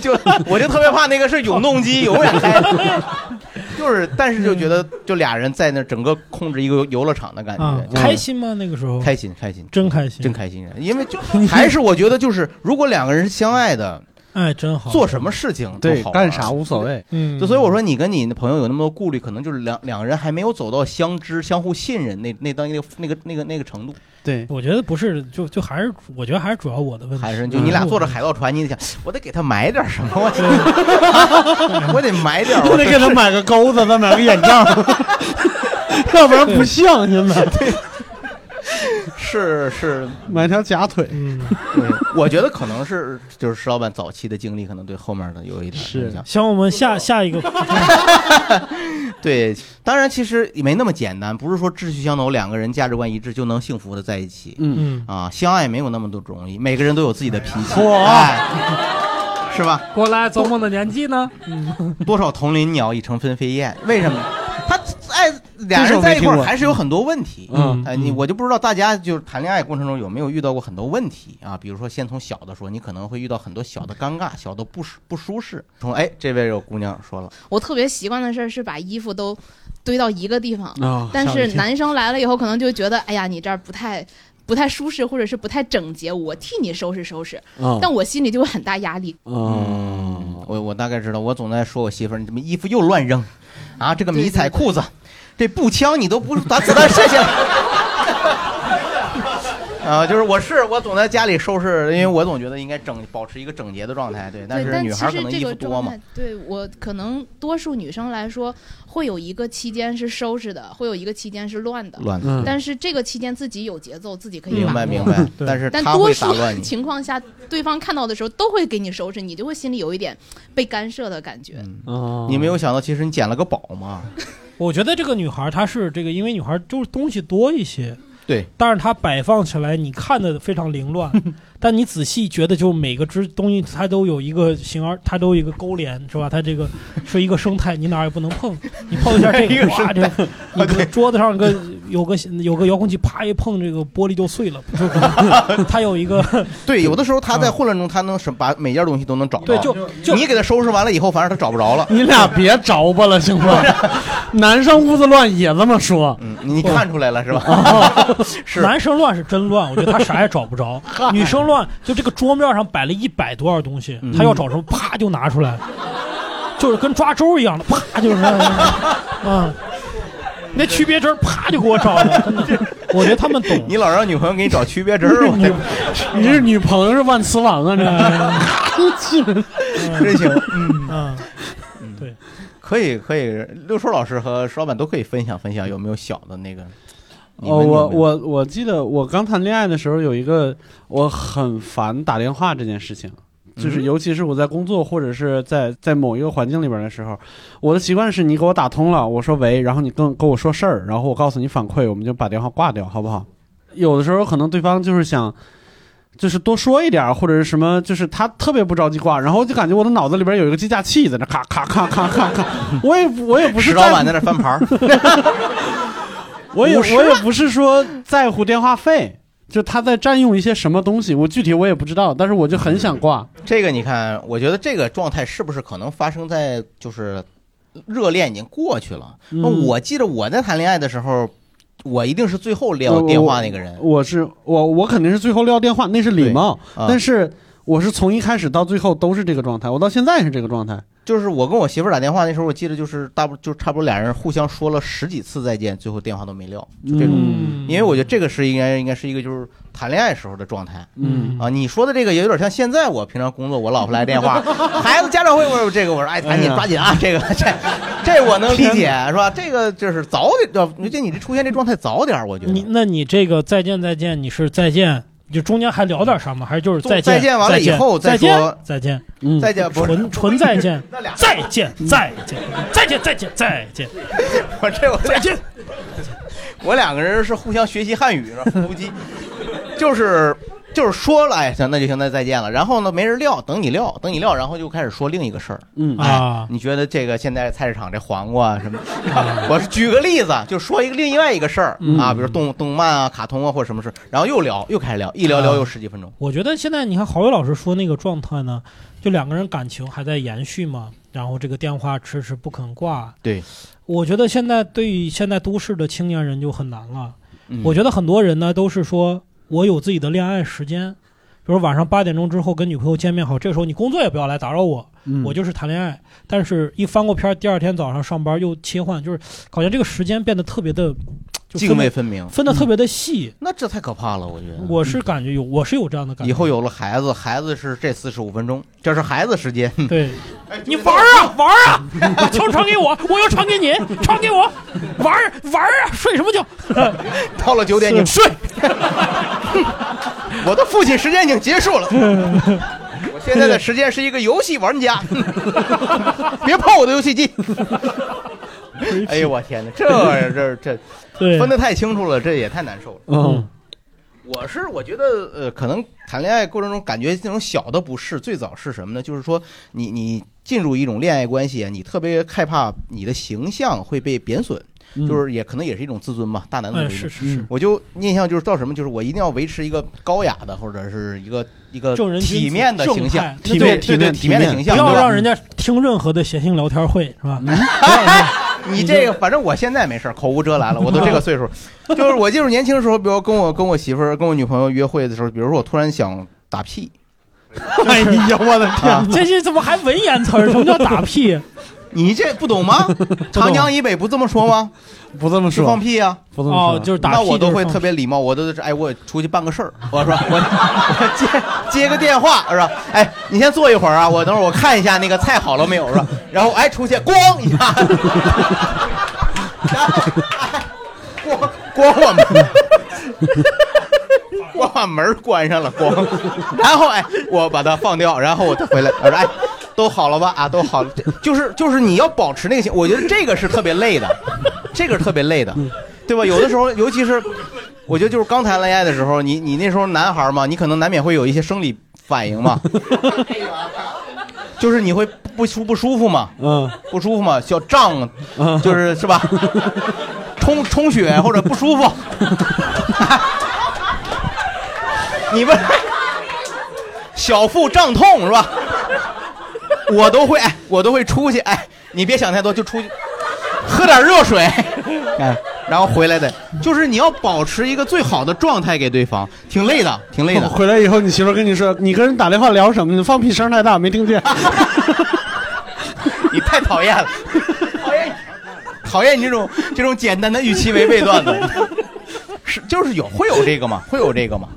Speaker 5: 就我就特别怕那个是永动机，永远开的， <laughs> 就是但是就觉得就俩人在那整个控制一个游乐场的感
Speaker 6: 啊
Speaker 5: 觉，，
Speaker 6: 开心吗？那个时候
Speaker 5: 嗯开心开心，
Speaker 6: 真开心，
Speaker 5: 真开心，因
Speaker 6: <laughs>
Speaker 5: 为就还是我觉得就是如果两个人是相爱的，
Speaker 6: 哎，真好，
Speaker 5: 做什么事情都
Speaker 7: 对，
Speaker 5: 好玩啊
Speaker 7: 干啥。无所谓。
Speaker 6: 嗯，
Speaker 5: 就所以我说，你跟你的朋友有那么多顾虑，可能就是两两个人还没有走到相知、相互信任那那当那个那个那个那个程度，
Speaker 7: 对，
Speaker 6: 我觉得不是，就就还是我觉得还是主要我的问题，嗯
Speaker 5: 还是就你俩坐着海盗船，你得想我得给他买点什么，我得我得买
Speaker 7: <laughs>
Speaker 5: 点，
Speaker 7: 我
Speaker 5: 我
Speaker 7: 嗯得给他买个钩子，再买个眼罩，
Speaker 6: <laughs>
Speaker 7: <laughs> 要不然不像现在。
Speaker 5: 是是，
Speaker 7: 买条假腿， <laughs>
Speaker 6: 嗯。
Speaker 5: 对，我觉得可能是就是石老板早期的经历，可能对后面的有一点
Speaker 7: 是
Speaker 5: 影响。
Speaker 6: 行，我们下下一个，
Speaker 5: <laughs> 对，当然其实也没那么简单，不是说志趣相投，两个人价值观一致就能幸福的在一起
Speaker 7: 嗯，
Speaker 6: 嗯，
Speaker 5: 啊。相爱没有那么多容易，每个人都有自己的脾气，
Speaker 7: 哇
Speaker 5: 哎、是吧？
Speaker 12: 过来做梦的年纪呢？
Speaker 5: 多少同林鸟已成分飞燕，为什么？他爱俩人在一块儿还是有很多问题。
Speaker 7: 嗯
Speaker 5: 哎，你我就不知道大家就是谈恋爱过程中有没有遇到过很多问题啊？比如说，先从小的说，你可能会遇到很多小的尴尬、小的不舒不舒适。从哎，这位有姑娘说了，
Speaker 14: 我特别习惯的事儿是把衣服都堆到一个地方，
Speaker 5: 哦
Speaker 14: 但
Speaker 5: 吓我一
Speaker 14: 是
Speaker 5: 跳
Speaker 14: 男生来了以后，可能就觉得，哎呀，你这儿不太。不太舒适，或者是不太整洁，我替你收拾收拾，
Speaker 5: 哦
Speaker 14: 但我心里就有很大压力。
Speaker 5: 嗯，我我大概知道，我总在说我媳妇儿，你怎么衣服又乱扔，啊，这个迷彩裤子，这步枪你都不把子弹射下来。啊，就是我是我总在家里收拾，因为我总觉得应该整保持一个整洁的状态，对。
Speaker 14: 对，
Speaker 5: 是
Speaker 14: 但
Speaker 5: 女
Speaker 14: 其
Speaker 5: 孩儿可
Speaker 14: 实
Speaker 5: 能
Speaker 14: 这
Speaker 5: 衣服
Speaker 14: 个
Speaker 5: 多
Speaker 14: 状
Speaker 5: 嘛
Speaker 14: 态，，对我可能多数女生来说，会有一个期间是收拾的，会有一个期间是乱的。
Speaker 5: 乱的嗯
Speaker 14: 但是这个期间自己有节奏，自己可以
Speaker 5: 明
Speaker 14: 把
Speaker 5: 白
Speaker 14: 握
Speaker 5: 明白。但是
Speaker 14: 但
Speaker 5: 他
Speaker 14: 多
Speaker 5: 会
Speaker 14: 数
Speaker 5: 打乱你，
Speaker 14: <laughs> 情况下，对方看到的时候都会给你收拾，你就会心里有一点被干涉的感
Speaker 5: 嗯
Speaker 14: 觉。
Speaker 5: 你没有想到，其实你捡了个宝
Speaker 14: <laughs>
Speaker 5: 嘛。
Speaker 6: 我觉得这个女孩她是这个，因为女孩就是东西多一些，
Speaker 5: 对，
Speaker 6: 但是它摆放起来你看的非常凌
Speaker 5: <laughs>
Speaker 6: 乱，但你仔细觉得就每个之东西它都有一个形而，它都有一个勾连，是吧？它
Speaker 5: <laughs>
Speaker 6: 这个是一个生态，你哪儿也不能碰，你碰一下这
Speaker 5: 一个
Speaker 6: 个，哇，
Speaker 5: 生
Speaker 6: 这
Speaker 5: 态
Speaker 6: 个你个桌子上个有个有个遥控器，啪一碰这个玻璃就碎了，就可
Speaker 5: <laughs>
Speaker 6: 能它有一个
Speaker 5: 对，有的时候他
Speaker 6: 嗯
Speaker 5: 在混乱中，他能是把每件东西都能找到。
Speaker 6: 对就就
Speaker 5: 你给他收拾完了以后，反正他找不着了。
Speaker 7: 你俩别着吧了，行
Speaker 5: <laughs>
Speaker 7: 吗？男生屋子乱也这么说，
Speaker 5: 嗯
Speaker 7: 哦
Speaker 5: 你看出来了是吧？ <laughs>
Speaker 6: <laughs> 是男生乱是真乱，我觉得他啥也找不着。女生乱就这个桌面上摆了一百多样东西，他要找什么啪就拿出来，就是跟抓周一样的，啪就是，嗯，那区别针啪就给我找了，真的。 <laughs> 我觉得他们懂。
Speaker 5: <laughs> 你老让女朋友给你找区别针儿，我
Speaker 7: <laughs> 你是女朋友是万磁王啊？这
Speaker 5: 真行，
Speaker 6: 嗯，对，
Speaker 5: <laughs> 可以可以。六叔老师和石老板都可以分享分享，有没有小的那个？你
Speaker 7: 哦，
Speaker 5: 们有
Speaker 7: 我
Speaker 5: 没有
Speaker 7: 我我记得我刚谈恋爱的时候，有一个我很烦打电话这件事情，就
Speaker 5: 嗯
Speaker 7: 是尤其是我在工作或者是在在某一个环境里边的时候，我的习惯是你给我打通了，我说喂，然后你跟跟我说事儿，然后我告诉你反馈，我们就把电话挂掉，好不好？有的时候可能对方就是想。就是多说一点儿，或者是什么，就是他特别不着急挂，然后就感觉我的脑子里边有一个计价器在那咔咔咔咔咔咔，我也不我也不是
Speaker 5: 石老板
Speaker 7: 在
Speaker 5: 在那翻牌儿，
Speaker 7: <laughs> 我也
Speaker 5: 50
Speaker 7: 我也不是说在乎电话费，就他在占用一些什么东西，我具体我也不知道，但是我就很想挂。
Speaker 5: 这个你看，我觉得这个状态是不是可能发生在就是热恋已经过去了？
Speaker 7: 嗯
Speaker 5: 那我记得我在谈恋爱的时候，我一定是最后撂电话那个人。
Speaker 7: 我我是我我肯定是最后撂电话，那是礼貌，
Speaker 5: 对啊
Speaker 7: 但是我是从一开始到最后都是这个状态，我到现在是这个状态。
Speaker 5: 就是我跟我媳妇儿打电话那时候，我记得就是大不就差不多俩人互相说了十几次再见，最后电话都没撂，就这种。
Speaker 7: 嗯
Speaker 5: 因为我觉得这个是应该应该是一个就是谈恋爱时候的状态。
Speaker 7: 嗯
Speaker 5: 啊，你说的这个也有点像现在我平常工作，我老婆来电
Speaker 7: <laughs>
Speaker 5: 话，孩子家长会，我说这个我说哎，赶紧
Speaker 7: 哎呀
Speaker 5: 抓紧啊， <laughs> 这个这这我能理解是吧？这个就是早点，要就你这出现这状态早点，我觉得。
Speaker 6: 你那你这个再见再见，你是再见，就中间还聊点啥吗？还是就是再见
Speaker 5: 再见完了以后
Speaker 6: 再
Speaker 5: 再
Speaker 6: 见
Speaker 5: 说
Speaker 6: 再见
Speaker 7: 嗯
Speaker 5: 再见不是
Speaker 6: 纯纯再见再见再见再见再见再见，
Speaker 5: <laughs> 我这我再见。 <laughs> 我两个人是互相学习汉语，是吧伏击，就是就是说了，哎，行，那就行，那再见了。然后呢，没人撂，等你撂，等你撂，然后就开始说另一个事儿。
Speaker 7: 嗯
Speaker 6: 啊
Speaker 5: 哎，你觉得这个现在菜市场这黄瓜啊什么？我是举个例子，就说一个另外一个事儿
Speaker 6: 嗯
Speaker 5: 啊，比如动动漫啊、卡通啊或者什么事，然后又聊，又开始聊，啊一聊
Speaker 6: 啊
Speaker 5: 聊又十几分钟。
Speaker 6: 我觉得现在你看郝宇老师说那个状态呢，就两个人感情还在延续嘛，然后这个电话迟迟不肯挂。
Speaker 5: 对，
Speaker 6: 我觉得现在对于现在都市的青年人就很难了。
Speaker 5: 嗯
Speaker 6: 我觉得很多人呢都是说我有自己的恋爱时间，比如晚上八点钟之后跟女朋友见面好，这时候你工作也不要来打扰我，
Speaker 7: 嗯
Speaker 6: 我就是谈恋爱。但是，一翻过篇儿，第二天早上上班又切换，就是好像这个时间变得特别的就
Speaker 5: 泾
Speaker 6: 分得
Speaker 5: 渭分明嗯
Speaker 6: 分的特别的细。
Speaker 5: 那这太可怕了，我觉得。
Speaker 6: 我是感觉有，我是有这样的感觉。
Speaker 5: 以后有了孩子，孩子是这四十五分钟，这是孩子时间。
Speaker 6: 对，你玩儿啊玩儿啊，把球传给我，我又传给你，传给我，玩儿玩儿啊，睡什么觉？
Speaker 5: <laughs> 到了九点你
Speaker 6: 睡。
Speaker 5: 我的父亲时间已经结束
Speaker 6: <laughs>
Speaker 5: 了，我现在的时间是一个游戏玩家， <laughs> 别碰我的游戏机。哎呦我天哪，这玩意儿这这
Speaker 6: 对
Speaker 5: 分得太清楚了，这也太难受了。
Speaker 7: <laughs> 嗯，
Speaker 5: 我是我觉得呃，可能谈恋爱过程中感觉这种小的不适，最早是什么呢？就是说啊你你进入一种恋爱关系，你特别害怕你的形象会被贬损。
Speaker 15: 嗯
Speaker 5: 就是也可能也是一种自尊吧，大男
Speaker 6: 哎
Speaker 5: 子主义
Speaker 15: 嗯
Speaker 5: 嘛。
Speaker 15: 是是是
Speaker 5: 我就印象就是到什么，就是我一定要维持一个高雅的，或者是一个一个
Speaker 6: 正人君子
Speaker 5: 呃体面的形
Speaker 6: 正
Speaker 5: 象
Speaker 6: 派，
Speaker 5: 体面对对体面的形象，
Speaker 6: 不
Speaker 5: 对
Speaker 6: 要
Speaker 5: 吧嗯
Speaker 6: 让人家听任何的谐星聊天会，是吧？
Speaker 5: 你这个，反正我现在没事儿，口无遮拦了，我都这个
Speaker 6: <laughs>
Speaker 5: 岁数，就是我就是年轻时候，比如跟我跟我媳妇儿、跟我女朋友约会的时候，比如说我突然想打屁，
Speaker 6: 哎
Speaker 5: 呀，我的
Speaker 6: <laughs> 天， <laughs> 这是怎么还文言词儿？什么叫
Speaker 5: 嗯
Speaker 6: 打屁？
Speaker 5: <laughs> 你这不懂
Speaker 6: <laughs>
Speaker 5: 吗？长江以北不这么说吗？
Speaker 7: 不这么
Speaker 6: 说
Speaker 5: 放屁啊！
Speaker 6: 不这么说哦就是打屁
Speaker 5: 那我都
Speaker 6: 就是
Speaker 5: 会
Speaker 6: 放屁
Speaker 5: 特别礼貌，我都是哎，我出去办个事儿，我说我 <laughs> 我接接个电话是吧？哎，你先坐一会儿啊，我等会儿我看一下那个菜好了没有是吧？然后哎出去，咣一下， <laughs> 然后哎咣咣我们。我把门儿关上了，光， <laughs> 然后哎，我把它放掉，然后我再回来，我说哎，都好了吧？啊，都好了，这就是就是你要保持那个心，我觉得这个是特别累的，这个是特别累的，对吧？有的时候，尤其是我觉得就是刚谈恋爱的时候，你你那时候男孩嘛，你可能难免会有一些生理反应嘛，就是你会不舒不舒服嘛，
Speaker 7: 嗯，
Speaker 5: 不舒服嘛，小胀，就是是吧？充充血或者不舒服，你们小腹胀痛是吧？我都会，哎，我都会出去，哎，你别想太多，就出去喝点热水， <laughs> 哎，然后回来的，就是你要保持一个最好的状态给对方，挺累的，挺累的。
Speaker 7: <laughs> 回来以后，你媳妇儿跟你说，你跟人打电话聊什么？你放屁声太大，没听见。
Speaker 5: 你太讨厌了，讨厌，讨厌你这种这种简单的预期违背段子，是就是有会有这个嘛，会有这个嘛，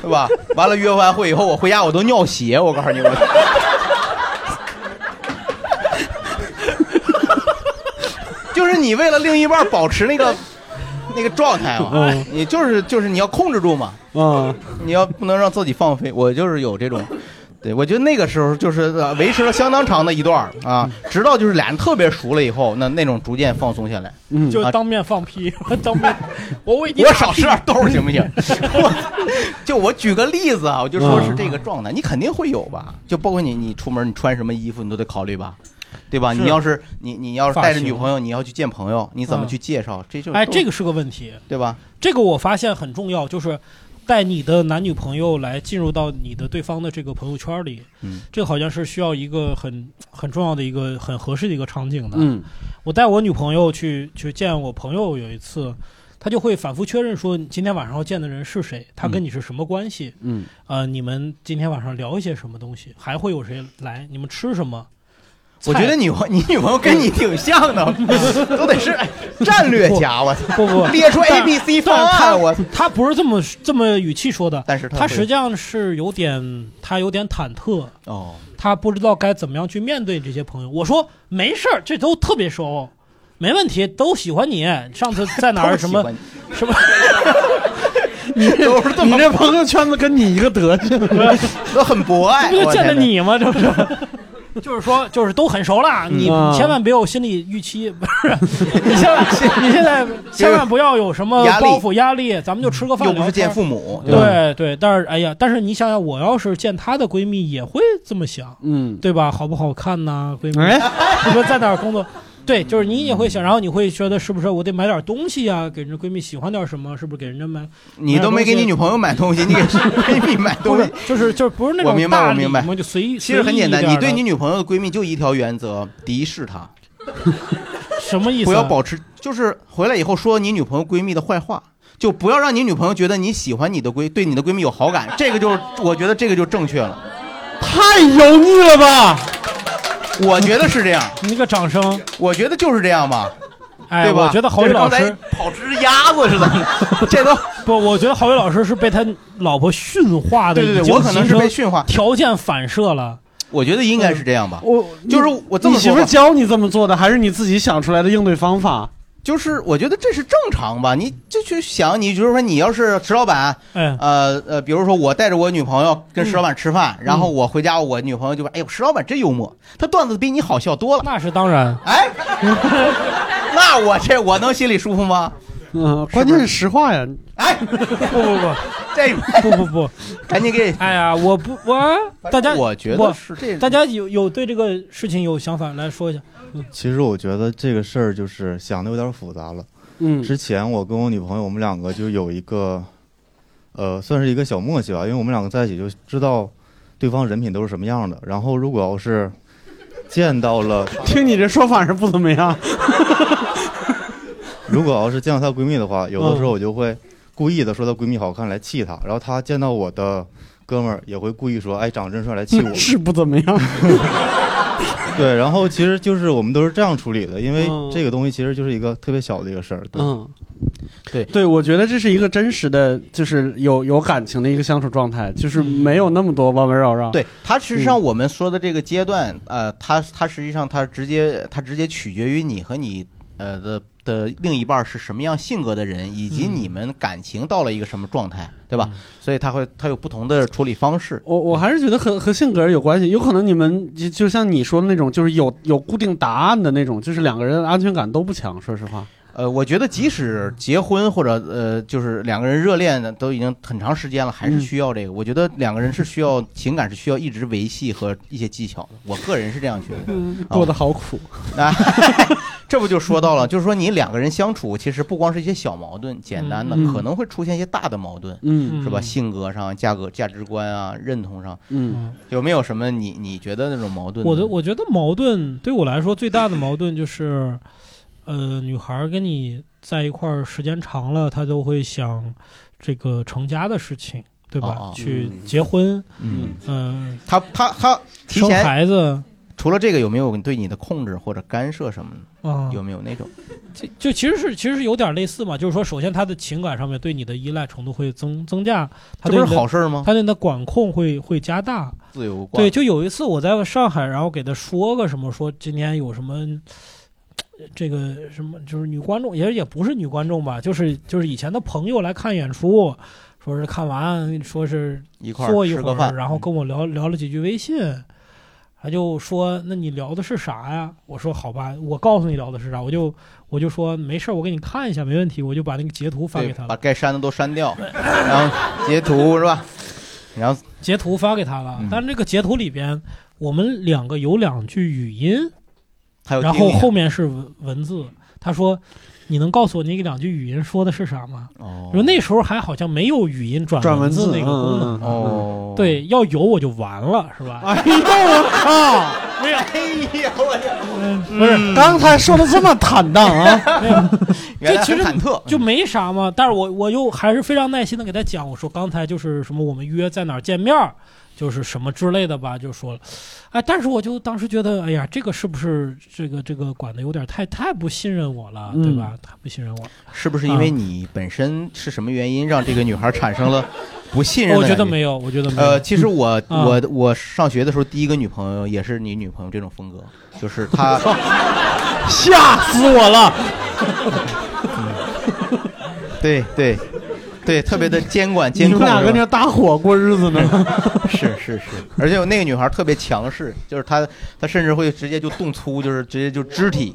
Speaker 5: 对吧？完了约完会以后，我回家我都尿血，我告诉你我。 <laughs> 就是你为了另一半保持那个那个状态嘛
Speaker 7: 嗯，
Speaker 5: 你就是就是你要控制住嘛，
Speaker 7: 嗯，
Speaker 5: 你要不能让自己放飞。我就是有这种，对我觉得那个时候就是呃维持了相当长的一段儿啊，
Speaker 7: 嗯
Speaker 5: 直到就是俩人特别熟了以后，那那种逐渐放松下来。
Speaker 7: 嗯
Speaker 6: 就
Speaker 5: 啊
Speaker 6: 当面放屁， <laughs> 我当面，我为你
Speaker 5: 我
Speaker 6: 打
Speaker 5: 少吃
Speaker 6: 屁
Speaker 5: 点豆儿行不行？ <laughs> 就我举个例子啊，我就说
Speaker 6: 嗯
Speaker 5: 是这个状态，你肯定会有吧？就包括你，你出门你穿什么衣服，你都得考虑吧，对吧？
Speaker 6: 是
Speaker 5: 你要是你你要是带着女朋
Speaker 6: 发
Speaker 5: 友，你要去见朋友，你怎么
Speaker 6: 嗯
Speaker 5: 去介绍？这就
Speaker 6: 哎，这个是个问题，
Speaker 5: 对吧？
Speaker 6: 这个我发现很重要，就是带你的男女朋友来进入到你的对方的这个朋友圈里，
Speaker 5: 嗯
Speaker 6: 这个好像是需要一个很很重要的一个很合适的一个场景的。
Speaker 7: 嗯，
Speaker 6: 我带我女朋友去去见我朋友有一次，她就会反复确认说你今天晚上要见的人是谁，他跟你是什么关系，
Speaker 7: <laughs> 嗯，
Speaker 6: 呃，你们今天晚上聊一些什么东西，还会有谁来，你们吃什么。，
Speaker 5: 我觉得你朋你女朋友跟你挺像的
Speaker 6: <laughs>
Speaker 5: 都得是哎战略家，我
Speaker 6: 不不
Speaker 5: <laughs> 列出 A B C 方案，我
Speaker 6: 他不是这么这么语气说的，
Speaker 5: 但是
Speaker 6: 他实际上是有点他有点忐忑，
Speaker 5: 哦，
Speaker 6: 他不知道该怎么样去面对这些朋友。我说没事儿，这都特别熟，没问题，都喜欢你。上次在哪儿
Speaker 7: 都喜
Speaker 6: 什么
Speaker 7: 欢
Speaker 6: 什么？
Speaker 5: <laughs>
Speaker 7: 你这你这朋友圈子跟你一个德行，
Speaker 5: 都很博爱
Speaker 6: 这不就
Speaker 7: 我
Speaker 6: 见了
Speaker 7: 天哪
Speaker 6: 你吗？这不是。就是说，就是都很熟了，你
Speaker 5: 啊
Speaker 7: 嗯
Speaker 6: 千万别有心理预期， <laughs> 不
Speaker 5: <laughs>
Speaker 6: 是？你现在你现在千万不要有什么
Speaker 5: 压力
Speaker 6: 包袱压力，咱们就吃个饭，
Speaker 5: 又不
Speaker 6: 聊
Speaker 5: 是
Speaker 6: 天
Speaker 5: 见父母，嗯吧
Speaker 6: 对对，但是哎呀，但是你想想，我要是见她的闺蜜，也会这么想，
Speaker 7: 嗯，
Speaker 6: 对吧？好不好看呐、闺
Speaker 7: 哎
Speaker 6: 蜜，你们在哪儿工作？ <laughs> 对，就是你也会想，然后你会觉得是不是我得买点东西呀、给人家闺蜜喜欢点什么？是不是给人家买？
Speaker 5: 你都没给你女朋友买东西，你 <laughs> 给闺蜜买东西，
Speaker 6: 就是就是 <laughs> 不是那
Speaker 5: 我
Speaker 6: 种
Speaker 5: 明白
Speaker 6: 大
Speaker 5: 我
Speaker 6: 礼
Speaker 5: 明白
Speaker 6: 嘛，就随意。
Speaker 5: 其实很
Speaker 6: 随意
Speaker 5: 简单，
Speaker 6: 一点
Speaker 5: 你
Speaker 6: 的
Speaker 5: 对你女朋友的闺蜜就一条原则： <laughs> 敌视她，
Speaker 6: <laughs> 什么意思啊？
Speaker 5: 不要保持，就是回来以后说你女朋友闺蜜的坏话，就不要让你女朋友觉得你喜欢你的闺对你的闺蜜有好
Speaker 6: <laughs>
Speaker 5: 感，这个就是我觉得这个就正确了。
Speaker 7: 太油腻了吧？
Speaker 5: 我觉得是这样。
Speaker 6: 你个掌声，
Speaker 5: 我觉得就是这样吧。
Speaker 6: 哎
Speaker 5: 对吧？
Speaker 6: 我觉得郝宇
Speaker 5: 就是
Speaker 6: 老
Speaker 5: 刚
Speaker 6: 师
Speaker 5: 才跑吃鸭子似
Speaker 6: <laughs>
Speaker 5: 的，这都
Speaker 6: 不，我觉得郝宇老师是被他老婆驯化的，
Speaker 5: 对对对我可能是被驯化，
Speaker 6: 条件反射了。
Speaker 5: 我觉得应该是这样吧。
Speaker 7: 我
Speaker 5: 就是我这么
Speaker 7: 你媳
Speaker 5: 说
Speaker 7: 妇儿
Speaker 5: 吧，
Speaker 7: 教你这么做的，还是你自己想出来的应对方法？
Speaker 5: 就是我觉得这是正常吧。你就去想，你比如说你要是石老板，
Speaker 7: 哎
Speaker 6: 嗯
Speaker 5: 呃呃，比如说我带着我女朋友跟石老板吃
Speaker 6: 嗯
Speaker 5: 饭，然后我回家，我女朋友就说：“哎呦，石老板真幽默，他段子比你好笑多了。”
Speaker 6: 那是当然。
Speaker 5: 哎， <laughs> 那我这我能心里舒服吗？
Speaker 7: 嗯，关键是实话呀。
Speaker 5: 哎，
Speaker 6: 不不不，
Speaker 5: <laughs> 这
Speaker 7: <laughs>
Speaker 6: 不不不，
Speaker 5: 赶紧给。
Speaker 6: 哎呀，我不我大家，
Speaker 16: 我觉得
Speaker 6: 不
Speaker 16: 是这
Speaker 6: 大家有有对这个事情有想法来说一下。
Speaker 16: 其实我觉得这个事儿就是想的有点复杂了。
Speaker 7: 嗯，
Speaker 16: 之前我跟我女朋友，我们两个就有一个，呃，算是一个小默契吧，因为我们两个在一起就知道对方人品都是什么样的。然后如果要是见到了，
Speaker 7: <laughs> 听你这说法是不怎么样。 <laughs>
Speaker 16: 如果要是见到她闺蜜的话，有的时候我就会故意的说她闺蜜好看来气她，然后她见到我的哥们儿也会故意说，哎，长得真帅来气
Speaker 7: <laughs>
Speaker 16: 我。
Speaker 7: 是不怎么样。
Speaker 16: <laughs> 对，然后其实就是我们都是这样处理的，因为这个东西其实就是一个特别小的一个事儿。对
Speaker 7: 嗯，
Speaker 5: 对
Speaker 7: 对，我觉得这是一个真实的，就是有有感情的一个相处状态，就是没有那么多弯弯绕绕。
Speaker 5: 嗯对，它实际上我们说的这个阶段，呃，它它实际上它直接它直接取决于你和你呃的的另一半是什么样性格的人，以及你们感情到了一个什么状态，对吧？所以它会它有不同的处理方式。
Speaker 7: 我我还是觉得和和性格有关系，有可能你们就就像你说的那种，就是有有固定答案的那种，就是两个人安全感都不强。说实
Speaker 5: <laughs>
Speaker 7: 话，
Speaker 5: 呃，我觉得即使结婚或者呃，就是两个人热恋的都已经很长时间了，还
Speaker 7: 嗯
Speaker 5: 是需要这个。我觉得两个人是需要情感是需要一直维系和一些技巧的。我个人是这样觉得。
Speaker 7: 过得好苦。
Speaker 5: 啊， <laughs> 这不就说到了，就是说你两个人相处，其实不光是一些小矛盾，简单的、
Speaker 7: 嗯
Speaker 5: 可能会出现一些大的矛盾，
Speaker 7: 嗯
Speaker 5: 是吧？
Speaker 7: 嗯
Speaker 5: 性格上、价格、价值观啊、认同上，
Speaker 7: 嗯，
Speaker 5: 有没有什么你你觉得那种矛盾呢？
Speaker 6: 我的我觉得矛盾对我来说最大的矛盾就是，呃，女孩儿跟你在一块儿时间长了，她都会想这个成家的事情，对吧？
Speaker 5: 哦哦
Speaker 6: 去
Speaker 5: 嗯
Speaker 6: 结婚，
Speaker 5: 嗯
Speaker 6: 嗯，
Speaker 5: 他他他提
Speaker 6: 生
Speaker 5: 前
Speaker 6: 孩子，
Speaker 5: 除了这个，有没有对你的控制或者干涉什么的？
Speaker 6: 啊
Speaker 5: 有没有那种？
Speaker 6: 这就其实是其实是有点类似嘛，就是说，首先他的情感上面对你的依赖程度会增增加，他
Speaker 5: 这
Speaker 6: 对
Speaker 5: 不
Speaker 6: 你
Speaker 5: 是
Speaker 6: 的
Speaker 5: 好事儿吗
Speaker 6: 他对你的管控会会加大。
Speaker 5: 自由观
Speaker 6: 对，就有一次我在上海，然后给他说个什么，说今天有什么。呃这个什么就是女观众，也也不是女观众吧，就是就是以前的朋友来看演出，说是看完，说是
Speaker 5: 一块儿
Speaker 6: 坐一
Speaker 5: 吃
Speaker 6: 会
Speaker 5: 个饭嗯
Speaker 6: 儿，然后跟我聊聊了几句微信，他就说：“那你聊的是啥呀？”我说：“好吧，我告诉你聊的是啥。”我就我就说：“没事儿，我给你看一下，没问题。”我就把那个截图发给
Speaker 5: 对
Speaker 6: 他，了，
Speaker 5: 把该删的都删掉， <laughs> 然后截图是吧？然后
Speaker 6: 截图发给他了。啊
Speaker 7: 嗯
Speaker 6: 但是这个截图里边，我们两个有两句语音，
Speaker 5: 还有
Speaker 6: 然
Speaker 5: 定
Speaker 6: 后
Speaker 5: 义啊
Speaker 6: 后面是文文字。他说：“你能告诉我那个两句语音说的是啥吗？”
Speaker 5: 哦，
Speaker 6: 说那时候还好像没有语音转
Speaker 7: 转文
Speaker 6: 字
Speaker 7: 字
Speaker 6: 那个功
Speaker 7: 嗯嗯
Speaker 6: 能。
Speaker 7: 嗯哦
Speaker 6: 对，要有我就完了，是吧？
Speaker 7: 哎呦我靠！
Speaker 5: 没有，哎呀，嗯我
Speaker 6: <laughs> 不是
Speaker 7: 刚才说的这么坦荡啊，
Speaker 6: 这其实就没啥嘛。但是我我又还是非常耐心的给他讲，我说刚才就是什么我们约在哪儿见面儿，就是什么之类的吧，就说了。哎，但是我就当时觉得，哎呀，这个是不是这个这个管的有点太太不信任我了，对吧？太不信任我了。
Speaker 5: 是不是因为你本身是什么原因让这个女孩产生
Speaker 6: <laughs>
Speaker 5: 了不信任？
Speaker 6: 哦我觉得没有我觉得没有
Speaker 5: 呃，其实我
Speaker 6: 啊
Speaker 5: 我我上学的时候，第一个女朋友也是你女朋友这种风格，就是
Speaker 6: <laughs>
Speaker 5: 她
Speaker 7: <laughs> 吓死我了。
Speaker 5: <laughs> 对对对，特别的监管监
Speaker 7: 你
Speaker 5: 控。
Speaker 7: 们俩跟
Speaker 5: 是吧
Speaker 7: 这搭伙过日子呢。
Speaker 5: <laughs> 是是是，而且那个女孩特别强势，就是她她甚至会直接就动粗，就是直接就肢体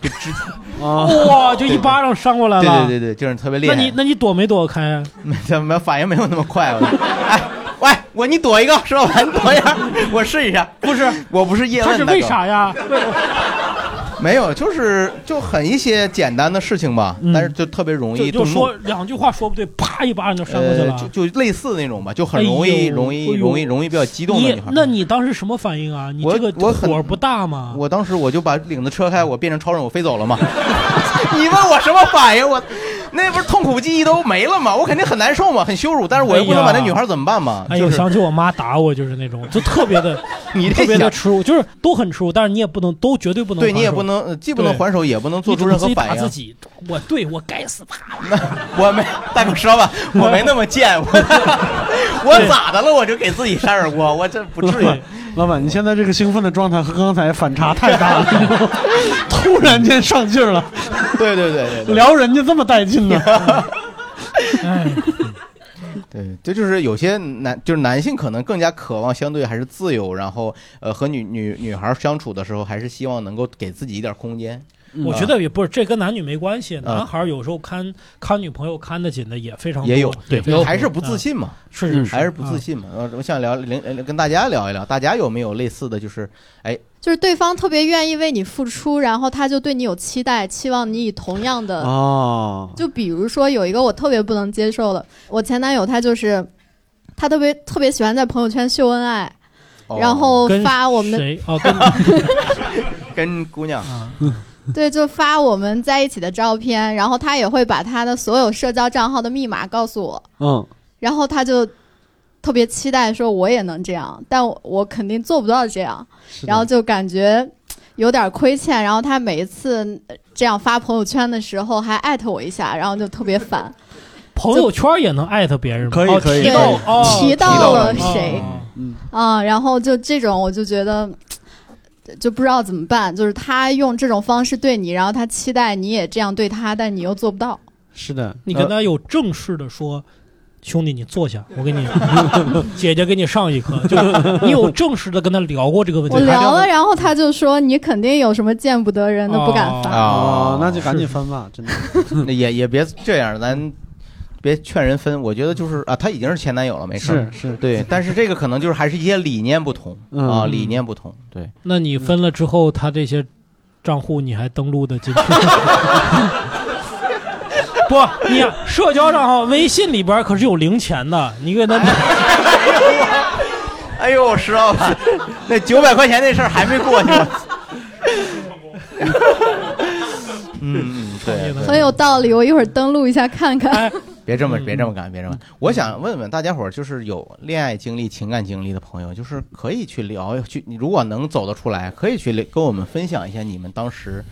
Speaker 5: 就肢
Speaker 7: <laughs>
Speaker 6: 啊哇，就一巴掌扇过来
Speaker 5: 对
Speaker 6: 了。
Speaker 5: 对对对，就是特别厉
Speaker 6: 那
Speaker 5: 害。
Speaker 6: 你那你躲没躲开啊？
Speaker 5: <laughs> 没没反应没有那么快。我哎，喂，我你躲一个，石老板，你躲一下， <laughs> 我试一下。不是，我不是叶问
Speaker 6: 他
Speaker 5: 那
Speaker 6: 是
Speaker 5: 个。
Speaker 6: 为啥呀？为
Speaker 5: 没有，就是就很一些简单的事情吧，
Speaker 7: 嗯
Speaker 5: 但是就特别容易
Speaker 6: 就就
Speaker 5: 动怒
Speaker 6: 说两句话说不对，啪一巴掌就扇过去
Speaker 5: 呃
Speaker 6: 了。，
Speaker 5: 就就类似那种吧，就很容易、
Speaker 6: 哎呦
Speaker 5: 容易、
Speaker 6: 哎呦
Speaker 5: 容易容易比较激动的
Speaker 6: 你
Speaker 5: 女孩。
Speaker 6: 那你当时什么反应啊？你这个
Speaker 5: 我很
Speaker 6: 火不大吗？
Speaker 5: 我当时我就把领子扯开，我变成超人，我飞走了嘛。 <laughs> 你问我什么反应？我那不是痛苦记忆都没了吗？我肯定很难受嘛，很羞辱。但是我又不能把那女孩怎么办嘛？
Speaker 6: 哎
Speaker 5: 就
Speaker 6: 呦，
Speaker 5: 是
Speaker 6: 想起我妈打我就是那种，就特别的，
Speaker 5: <laughs> 你这
Speaker 6: 特别的
Speaker 5: 想
Speaker 6: 耻辱，就是都很耻辱，但是你也不能，都绝对不能还
Speaker 5: 对
Speaker 6: 手，
Speaker 5: 你也不能呃既不能
Speaker 6: 对
Speaker 5: 还手也不能做出任何
Speaker 6: 你只能
Speaker 5: 反应
Speaker 6: 自己打自己， <laughs> 我对我该死，啪！
Speaker 5: 我没大哥说吧，我没那么贱，我我咋的了？我就给自己扇耳光，我这 <laughs> 不至于。
Speaker 7: <laughs> 老板，你现在这个兴奋的状态和刚才反差太大了， <laughs> 突然间上劲儿了。
Speaker 5: 对对对对对
Speaker 7: 聊人家这么带
Speaker 5: <laughs>
Speaker 7: 劲呢。哎
Speaker 5: 对，这就是有些男，就是男性可能更加渴望相对还是自由，然后呃和女女女孩相处的时候，还是希望能够给自己一点空间。
Speaker 6: 我觉得也不是，这跟男女没关
Speaker 5: 嗯
Speaker 6: 系。男孩有时候看看女朋友看得紧的也非常多
Speaker 5: 也有，
Speaker 6: 非常多
Speaker 5: 还是不自信嘛
Speaker 6: 嗯，是是是
Speaker 5: 还是不自信嘛。呃，我想聊零呃跟大家聊一聊，大家有没有类似的就是，哎，
Speaker 17: 就是对方特别愿意为你付出，然后他就对你有期待，期望你以同样的
Speaker 7: 哦，
Speaker 17: 就比如说有一个我特别不能接受的，我前男友他就是，他特别特别喜欢在朋友圈秀恩爱，
Speaker 5: 哦
Speaker 17: 然后
Speaker 6: 跟
Speaker 17: 发我们
Speaker 5: <laughs>
Speaker 17: 的
Speaker 6: 谁哦，跟
Speaker 17: <laughs>
Speaker 6: 嗯
Speaker 5: 跟姑娘，
Speaker 17: 对，就发我们在一起的照片，然后他也会把他的所有社交账号的密码告诉我，
Speaker 7: 嗯，
Speaker 17: 然后他就特别期待说我也能这样，但我我肯定做不到这样，然后就感觉有点亏欠。然后他每一次呃这样发朋友圈的时候还艾特我一下，然后就特别烦。
Speaker 6: 朋友圈也能艾特别人吗，
Speaker 17: 可以
Speaker 6: 哦
Speaker 17: 可以
Speaker 6: 提到
Speaker 17: 可以
Speaker 6: <laughs> 哦
Speaker 17: 提到
Speaker 6: 提嗯
Speaker 17: 了谁啊，然后就这种我就觉得。就不知道怎么办，就是他用这种方式对你，然后他期待你也这样对他，但你又做不到。
Speaker 7: 是的，
Speaker 6: 你
Speaker 17: 呃
Speaker 6: 跟他有正式的说，兄弟，你坐下，我给
Speaker 17: <laughs>
Speaker 6: 你，姐姐给你上一课。就是你有正式的跟他聊过这个问题，
Speaker 17: 我聊了，然后他就说你肯定有什么见不得人的，不敢
Speaker 5: 啊
Speaker 17: 发。
Speaker 7: 哦，那就赶紧分吧，真的。
Speaker 5: 那也也别这样，咱别劝人分。我觉得就是啊，他已经是前男友了，没事儿，
Speaker 7: 是是嗯
Speaker 5: 对。但是这个可能就是还是一些理念不同啊，理念不同，对。
Speaker 6: 那你分了之后，他这些账户你还登录的进去？ <laughs> 不，你社交账号微信里边可是有零钱的，你给他
Speaker 5: 哎呦，石老师， <laughs> 那九百块钱那事儿还没过去呢。嗯，对，哎对
Speaker 17: 很有道理，我一会儿登录一下看看。
Speaker 5: 别这
Speaker 6: 嗯
Speaker 5: 么别这么干，别这么干。我想问问大家伙儿，就是有恋爱经历、情感经历的朋友，就是可以去聊，去你如果能走得出来，可以去聊跟我们分享一下你们当时，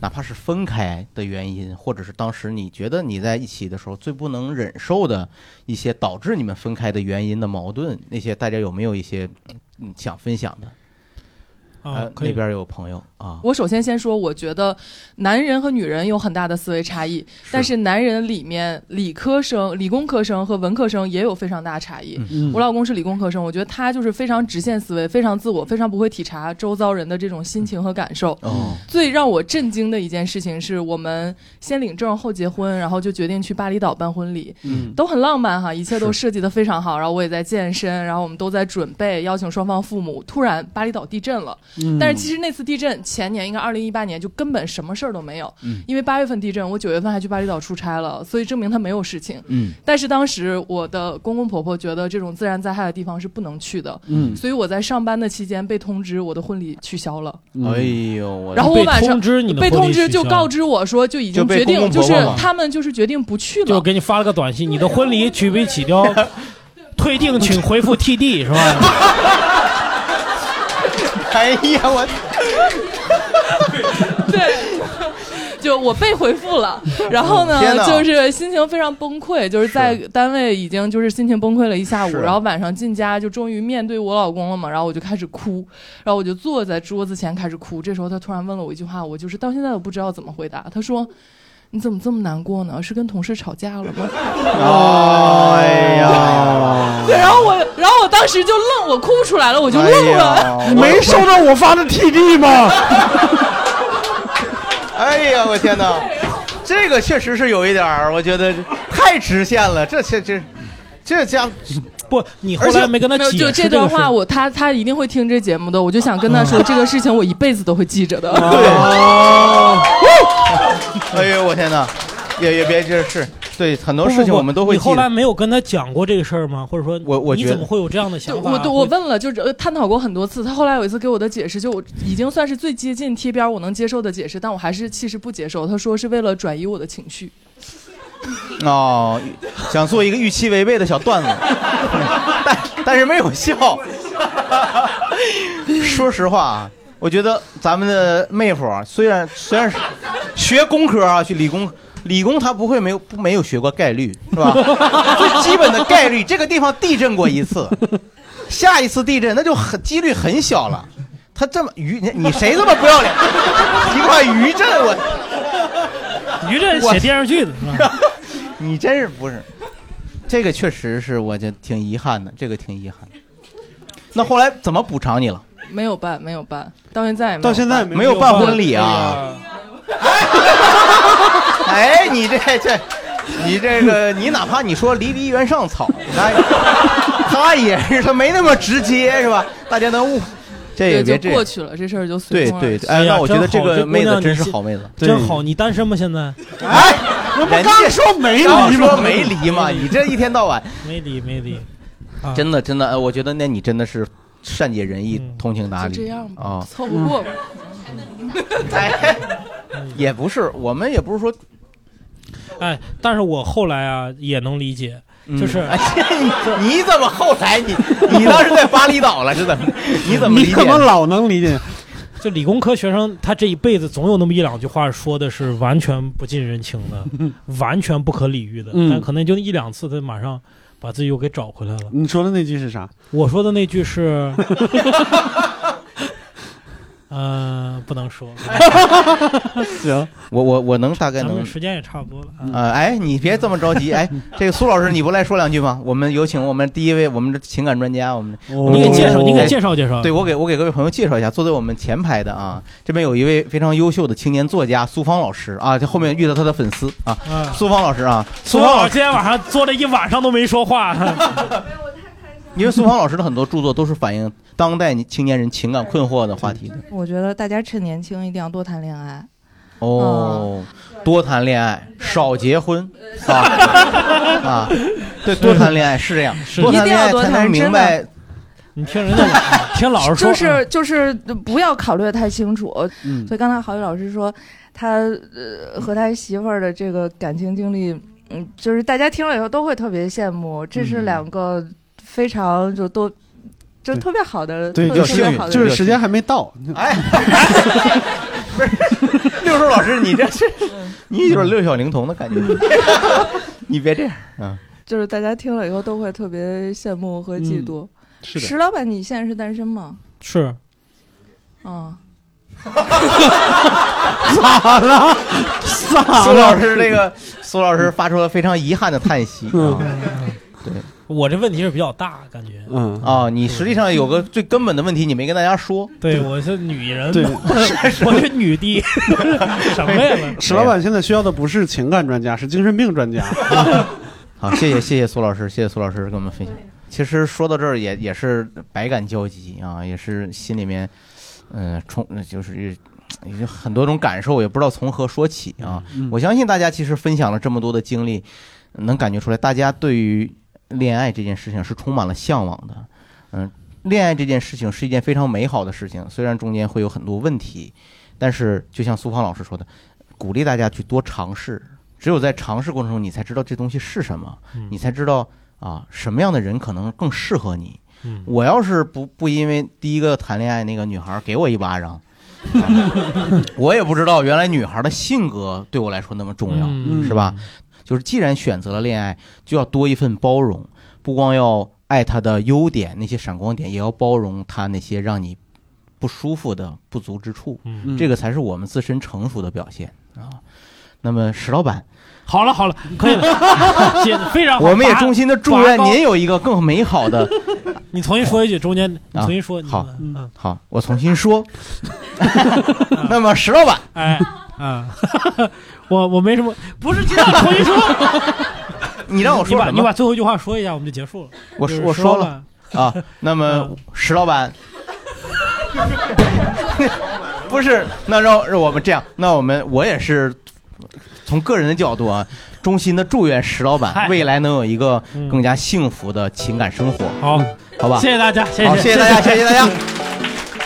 Speaker 5: 哪怕是分开的原因，或者是当时你觉得你在一起的时候最不能忍受的一些导致你们分开的原因的矛盾，那些大家有没有一些嗯想分享的？
Speaker 6: 啊
Speaker 5: 呃，
Speaker 6: 可以
Speaker 5: 那边有朋友啊，
Speaker 18: 我首先先说，我觉得男人和女人有很大的思维差异，但是男人里面理科生、理工科生和文科生也有非常大差异。
Speaker 10: 嗯
Speaker 18: 我老公是理工科生，我觉得他就是非常直线思维，非常自我，非常不会体察周遭人的这种心情和感受。
Speaker 10: 哦
Speaker 18: 最让我震惊的一件事情是我们先领证后结婚，然后就决定去巴厘岛办婚礼，
Speaker 10: 嗯
Speaker 18: 都很浪漫哈，一切都
Speaker 10: 是
Speaker 18: 设计的非常好。然后我也在健身，然后我们都在准备，邀请双方父母。突然巴厘岛地震了，
Speaker 10: 嗯
Speaker 18: 但是其实那次地震前年应该二零一八年就根本什么事儿都没有，
Speaker 10: 嗯
Speaker 18: 因为八月份地震，我九月份还去巴厘岛出差了，所以证明他没有事情。
Speaker 10: 嗯
Speaker 18: 但是当时我的公公婆婆觉得这种自然灾害的地方是不能去的，
Speaker 10: 嗯
Speaker 18: 所以我在上班的期间被通知我的婚礼取消了。
Speaker 5: 哎呦我，
Speaker 18: 嗯然后我晚上被通知就告
Speaker 6: 知
Speaker 18: 知我说就已
Speaker 6: 就
Speaker 18: 经
Speaker 6: 被
Speaker 18: 决定，
Speaker 6: 公公
Speaker 18: 就
Speaker 6: 婆
Speaker 18: 是
Speaker 6: 婆嘛
Speaker 18: 他们就是决定不去
Speaker 6: 就
Speaker 18: 了。
Speaker 6: 给你发了个短信，你的婚礼举杯起雕，退订请回复 TD 是吧？
Speaker 5: 哎呀我，
Speaker 18: <laughs> 对，就我被回复了，然后呢
Speaker 10: 天，哪
Speaker 18: 就是心情非常崩溃，就是在单位已经就是心情崩溃了一下午，
Speaker 10: 是
Speaker 18: 然后晚上进家就终于面对我老公了嘛，然后我就开始哭，然后我就坐在桌子前开始哭。这时候他突然问了我一句话，我就是到现在我不知道怎么回答。他说：“你怎么这么难过呢？是跟同事吵架了吗？”
Speaker 5: 啊哎呀，
Speaker 18: 对，然后我，然后我当时就愣，我哭不出来了，我就愣了。
Speaker 5: 哎呀没收
Speaker 7: 到我发的 TD 吗？
Speaker 5: 哎呀，我天
Speaker 18: <laughs>
Speaker 5: 哪，这个确实是有一点儿，我觉得太直线了，这这这这家
Speaker 6: 不，你
Speaker 18: <laughs> 而且有就
Speaker 5: 这
Speaker 18: 这段话，我他他一定会听这节目的，我就想跟他 <laughs> 说，这个事情我一辈子都会记 <laughs> 着的。
Speaker 5: 哦哎呦，我天哪，也也别这是对很多事情我们都会
Speaker 6: 你
Speaker 5: 记
Speaker 6: 后来
Speaker 5: 得。
Speaker 6: 没有跟他讲过这个事儿吗？或者说，我
Speaker 5: 我
Speaker 6: 你
Speaker 5: 觉得
Speaker 6: 怎么会有这样的想法？
Speaker 18: 我都我问了，就是呃探讨过很多次。他后来有一次给我的解释，就我已经算是最接近贴边我能接受的解释，但我还是其实不接受。他说是为了转移我的情绪。
Speaker 5: 哦，想做一个预期违背的小段子， <laughs> 但但是没有效。说实话啊，我觉得咱们的妹夫啊，虽然虽然是学工科啊，去理工，理工他不会没有不没有学过概率是吧？最基本的概率，这个地方地震过一次，下一次地震那就很几率很小了。他这么余你你谁这么不要脸？ <laughs> 你把余震我。
Speaker 7: 哎
Speaker 6: 于震写电视剧的是吧？
Speaker 5: <laughs> 你真是不是？这个确实是，我就挺遗憾的，这个挺遗憾的。那后来怎么补偿你了？
Speaker 18: <laughs> 没有办，没有办，到现在也没有办
Speaker 5: 没有办婚礼啊？哎，你这这，你这个，你哪怕你说离离原上草，
Speaker 18: <laughs>
Speaker 5: 那他也是他没那么直接是吧？大家能误，这也别
Speaker 18: 对，
Speaker 5: 这
Speaker 18: 就
Speaker 5: 样
Speaker 18: 过去了，这事儿就随风而
Speaker 5: 对
Speaker 18: 去
Speaker 5: 对哎那我觉得这个
Speaker 6: 真好
Speaker 5: 妹子
Speaker 6: 姑娘
Speaker 5: 真
Speaker 6: 你
Speaker 5: 是
Speaker 6: 现
Speaker 5: 好妹子
Speaker 6: 真
Speaker 5: 对
Speaker 6: 好。你单身吗？现在？
Speaker 5: 人
Speaker 6: 不刚说没离吗
Speaker 5: 刚说没离嘛，你这一天到晚
Speaker 6: 没理没理，啊嗯
Speaker 5: 真的真的，呃我觉得那你真的是善解人意、通情达理，
Speaker 18: 就这样吧
Speaker 5: 啊，
Speaker 18: 凑不过吧。
Speaker 5: 也不是，我们也不是说，
Speaker 6: 哎，但是我后来啊也能理解，嗯就
Speaker 5: <laughs>
Speaker 6: 是、
Speaker 5: 哎你怎么后来你 <laughs> 你当时在巴厘岛 <laughs> 了是怎么？你怎么理解？
Speaker 6: 老能理解？就理工科学生，他这一辈子总有那么一两句话说的是完全不近人情的，完全不可理喻的，
Speaker 7: 嗯
Speaker 6: 但可能就一两次，他马上把自己又给找回来了。
Speaker 7: 你说的那句是
Speaker 19: <laughs>
Speaker 7: 啥？
Speaker 6: 我说的那句是，呃，不能说。
Speaker 5: 行，我我我能大概
Speaker 6: 咱
Speaker 5: 能
Speaker 6: 们时间也差不多啊了。
Speaker 5: 呃，哎，你别这么着急，哎，这个苏老师，你不来说两句吗？我们有请我们第一位我们的情感专家，我们
Speaker 6: 哦你给介绍你给介绍介绍
Speaker 5: 对我给我给各位朋友介绍一下，坐在我们前排的啊，这边有一位非常优秀的青年作家苏芳老师啊，这后面遇到他的粉丝啊，
Speaker 6: 嗯
Speaker 5: 苏芳老师啊，苏
Speaker 6: 苏
Speaker 5: 芳
Speaker 6: 老
Speaker 5: 老
Speaker 6: 师
Speaker 5: 师，
Speaker 6: 今天晚上坐了一晚上都没说话。
Speaker 5: 因为苏芳老师的很多著作都是反映当代青年人情感困惑的话题的
Speaker 19: 我觉得大家趁年轻一定要多谈恋爱。
Speaker 5: 哦，多谈恋爱，少结 <laughs> 婚啊啊，对，多谈恋爱是这样，多谈恋爱哎才能明白
Speaker 6: 你听人家老，听老师说，
Speaker 19: 就是就是不要考虑得太清楚。
Speaker 6: 嗯
Speaker 19: 所以刚才郝宇老师说，他呃和他媳妇儿的这个感情经历，嗯，就是大家听了以后都会特别羡慕，这是两个非常就都。就特别好的，
Speaker 7: 对，
Speaker 19: 特别
Speaker 7: 就
Speaker 19: 特别
Speaker 7: 是
Speaker 19: 好的
Speaker 7: 就是
Speaker 19: 人
Speaker 7: 时间还没到。
Speaker 5: 哎， <laughs> 六叔老师，你这是你有点六小龄童的感 <laughs> 觉，你别这样啊。
Speaker 19: 就是大家听了以后都会特别羡慕和嫉妒。
Speaker 5: 是的
Speaker 19: 石老板，你现在是单身吗？
Speaker 6: 是
Speaker 19: 嗯，
Speaker 5: <laughs> 咋了？
Speaker 6: 咋
Speaker 5: 苏老师这个苏老师发出了非常遗憾的叹息。啊
Speaker 6: 我这问题是比较大，感觉。
Speaker 5: 嗯啊，你实际上有个最根本的问题，你没跟大家说。
Speaker 6: 对，我是女人，
Speaker 7: 对
Speaker 6: <laughs> 我是
Speaker 7: <laughs>
Speaker 6: 女帝，什么呀？
Speaker 7: 石老板现在需要的不是情感专家，是精神病专家。
Speaker 5: 好，谢谢谢谢苏老师，谢谢苏老师跟我们分享。其实说到这儿也也是百感交集啊，也是心里面，嗯、冲就是也有很多种感受，也不知道从何说起啊。
Speaker 6: 嗯
Speaker 5: 我相信大家其实分享了这么多的经历，能感觉出来，大家对于恋爱这件事情是充满了向往的。嗯，恋爱这件事情是一件非常美好的事情，虽然中间会有很多问题，但是就像苏芳老师说的，鼓励大家去多尝试。只有在尝试过程中，你才知道这东西是什么，
Speaker 6: 嗯
Speaker 5: 你才知道啊什么样的人可能更适合你。
Speaker 6: 嗯
Speaker 5: 我要是不不因为第一个谈恋爱那个女孩给我一巴掌，我也不知道原来女孩的性格对我来说那么重要，
Speaker 6: 嗯
Speaker 5: 是吧？就是既然选择了恋爱，就要多一份包容，不光要爱她的优点那些闪光点，也要包容她那些让你不舒服的不足之处。
Speaker 6: 嗯
Speaker 5: 这个才是我们自身成熟的表现啊。那么石老板，
Speaker 6: 好了好了，可
Speaker 5: <laughs>
Speaker 6: 以了， <laughs> 姐非常好。
Speaker 5: 我们也
Speaker 6: 拔
Speaker 5: 衷心的祝愿
Speaker 6: 拔高
Speaker 5: 您有一个更美好的。
Speaker 6: 你重新说一句，中间你
Speaker 5: 啊
Speaker 6: 重新说。你
Speaker 5: 好
Speaker 6: 嗯嗯
Speaker 5: 好，我重新
Speaker 6: <laughs>
Speaker 5: 说。 <laughs> 那么石老板，
Speaker 6: 哎啊， <laughs> 我我没什么，不是今天重新说。
Speaker 5: <laughs> 你让我说
Speaker 6: 你把
Speaker 5: 什么
Speaker 6: 你把最后一句话说一下，我们就结束了。
Speaker 5: 我
Speaker 6: 就是
Speaker 5: 我说
Speaker 6: 吧
Speaker 5: 了，啊。那
Speaker 6: 嗯
Speaker 5: 么石老板， <laughs> 不是，那让让我们这样，那我们我也是从个人的角度啊，衷心的祝愿石老板未来能有一个更加幸福的情感生活。
Speaker 6: 嗯
Speaker 5: 嗯好
Speaker 6: 好，
Speaker 5: 吧，
Speaker 6: 谢谢大家，谢
Speaker 5: 好，谢谢大家，
Speaker 6: <laughs>
Speaker 5: 谢谢大家。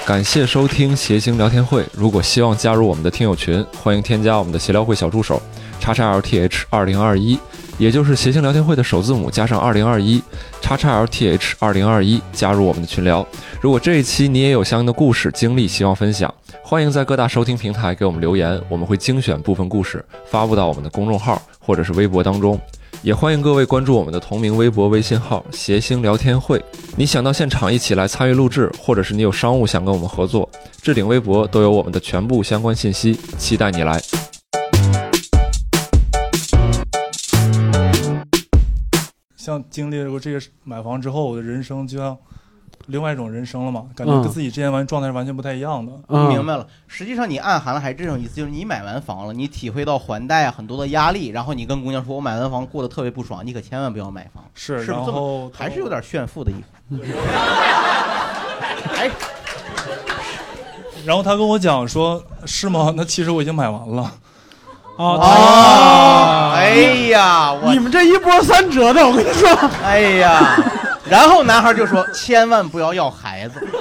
Speaker 1: 感谢收听谐星聊天会。如果希望加入我们的听友群，欢迎添加我们的协聊会小助手叉叉 LTH 二零二一，也就是谐星聊天会的首字母加上二零二一叉叉 LTH 二零二一，加入我们的群聊。如果这一期你也有相应的故事经历，希望分享，欢迎在各大收听平台给我们留言，我们会精选部分故事发布到我们的公众号或者是微博当中。也欢迎各位关注我们的同名微博、微信号“谐星聊天会”。你想到现场一起来参与录制，或者是你有商务想跟我们合作，置顶微博都有我们的全部相关信息，期待你来。
Speaker 20: 像经历了过这个买房之后，我的人生就像另外一种人生了
Speaker 7: 嗯
Speaker 20: 嘛，感觉跟自己之前完状态是完全不太一样的。
Speaker 21: 嗯
Speaker 5: 明白了，实际上你暗含了还是这种意思，就是你买完房了，你体会到还贷啊很多的压力，然后你跟姑娘说，我买完房过得特别不爽，你可千万不要买房，
Speaker 20: 是
Speaker 5: 是不嗯
Speaker 20: 然
Speaker 5: 是这么
Speaker 20: 后
Speaker 5: 还是有点炫富的意思。
Speaker 20: 然后他跟我讲说：“是吗？那其实我已经买完了。”
Speaker 5: 哦，哎呀，我
Speaker 20: 你
Speaker 5: 们这一波三折的，我跟你说，哎呀，然后男孩就说，千万不要要孩子。 <laughs>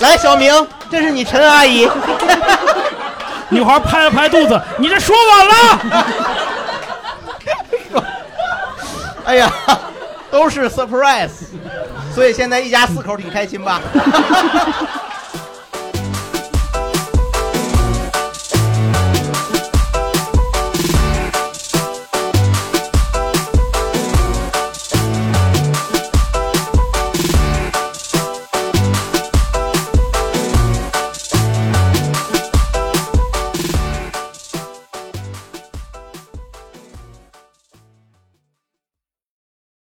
Speaker 5: 来，小明，这是你陈阿姨。
Speaker 6: <laughs> 女孩拍了拍肚子，你这说晚了。
Speaker 5: <laughs> 哎呀，都是 surprise，所以现在一家四口挺开心吧？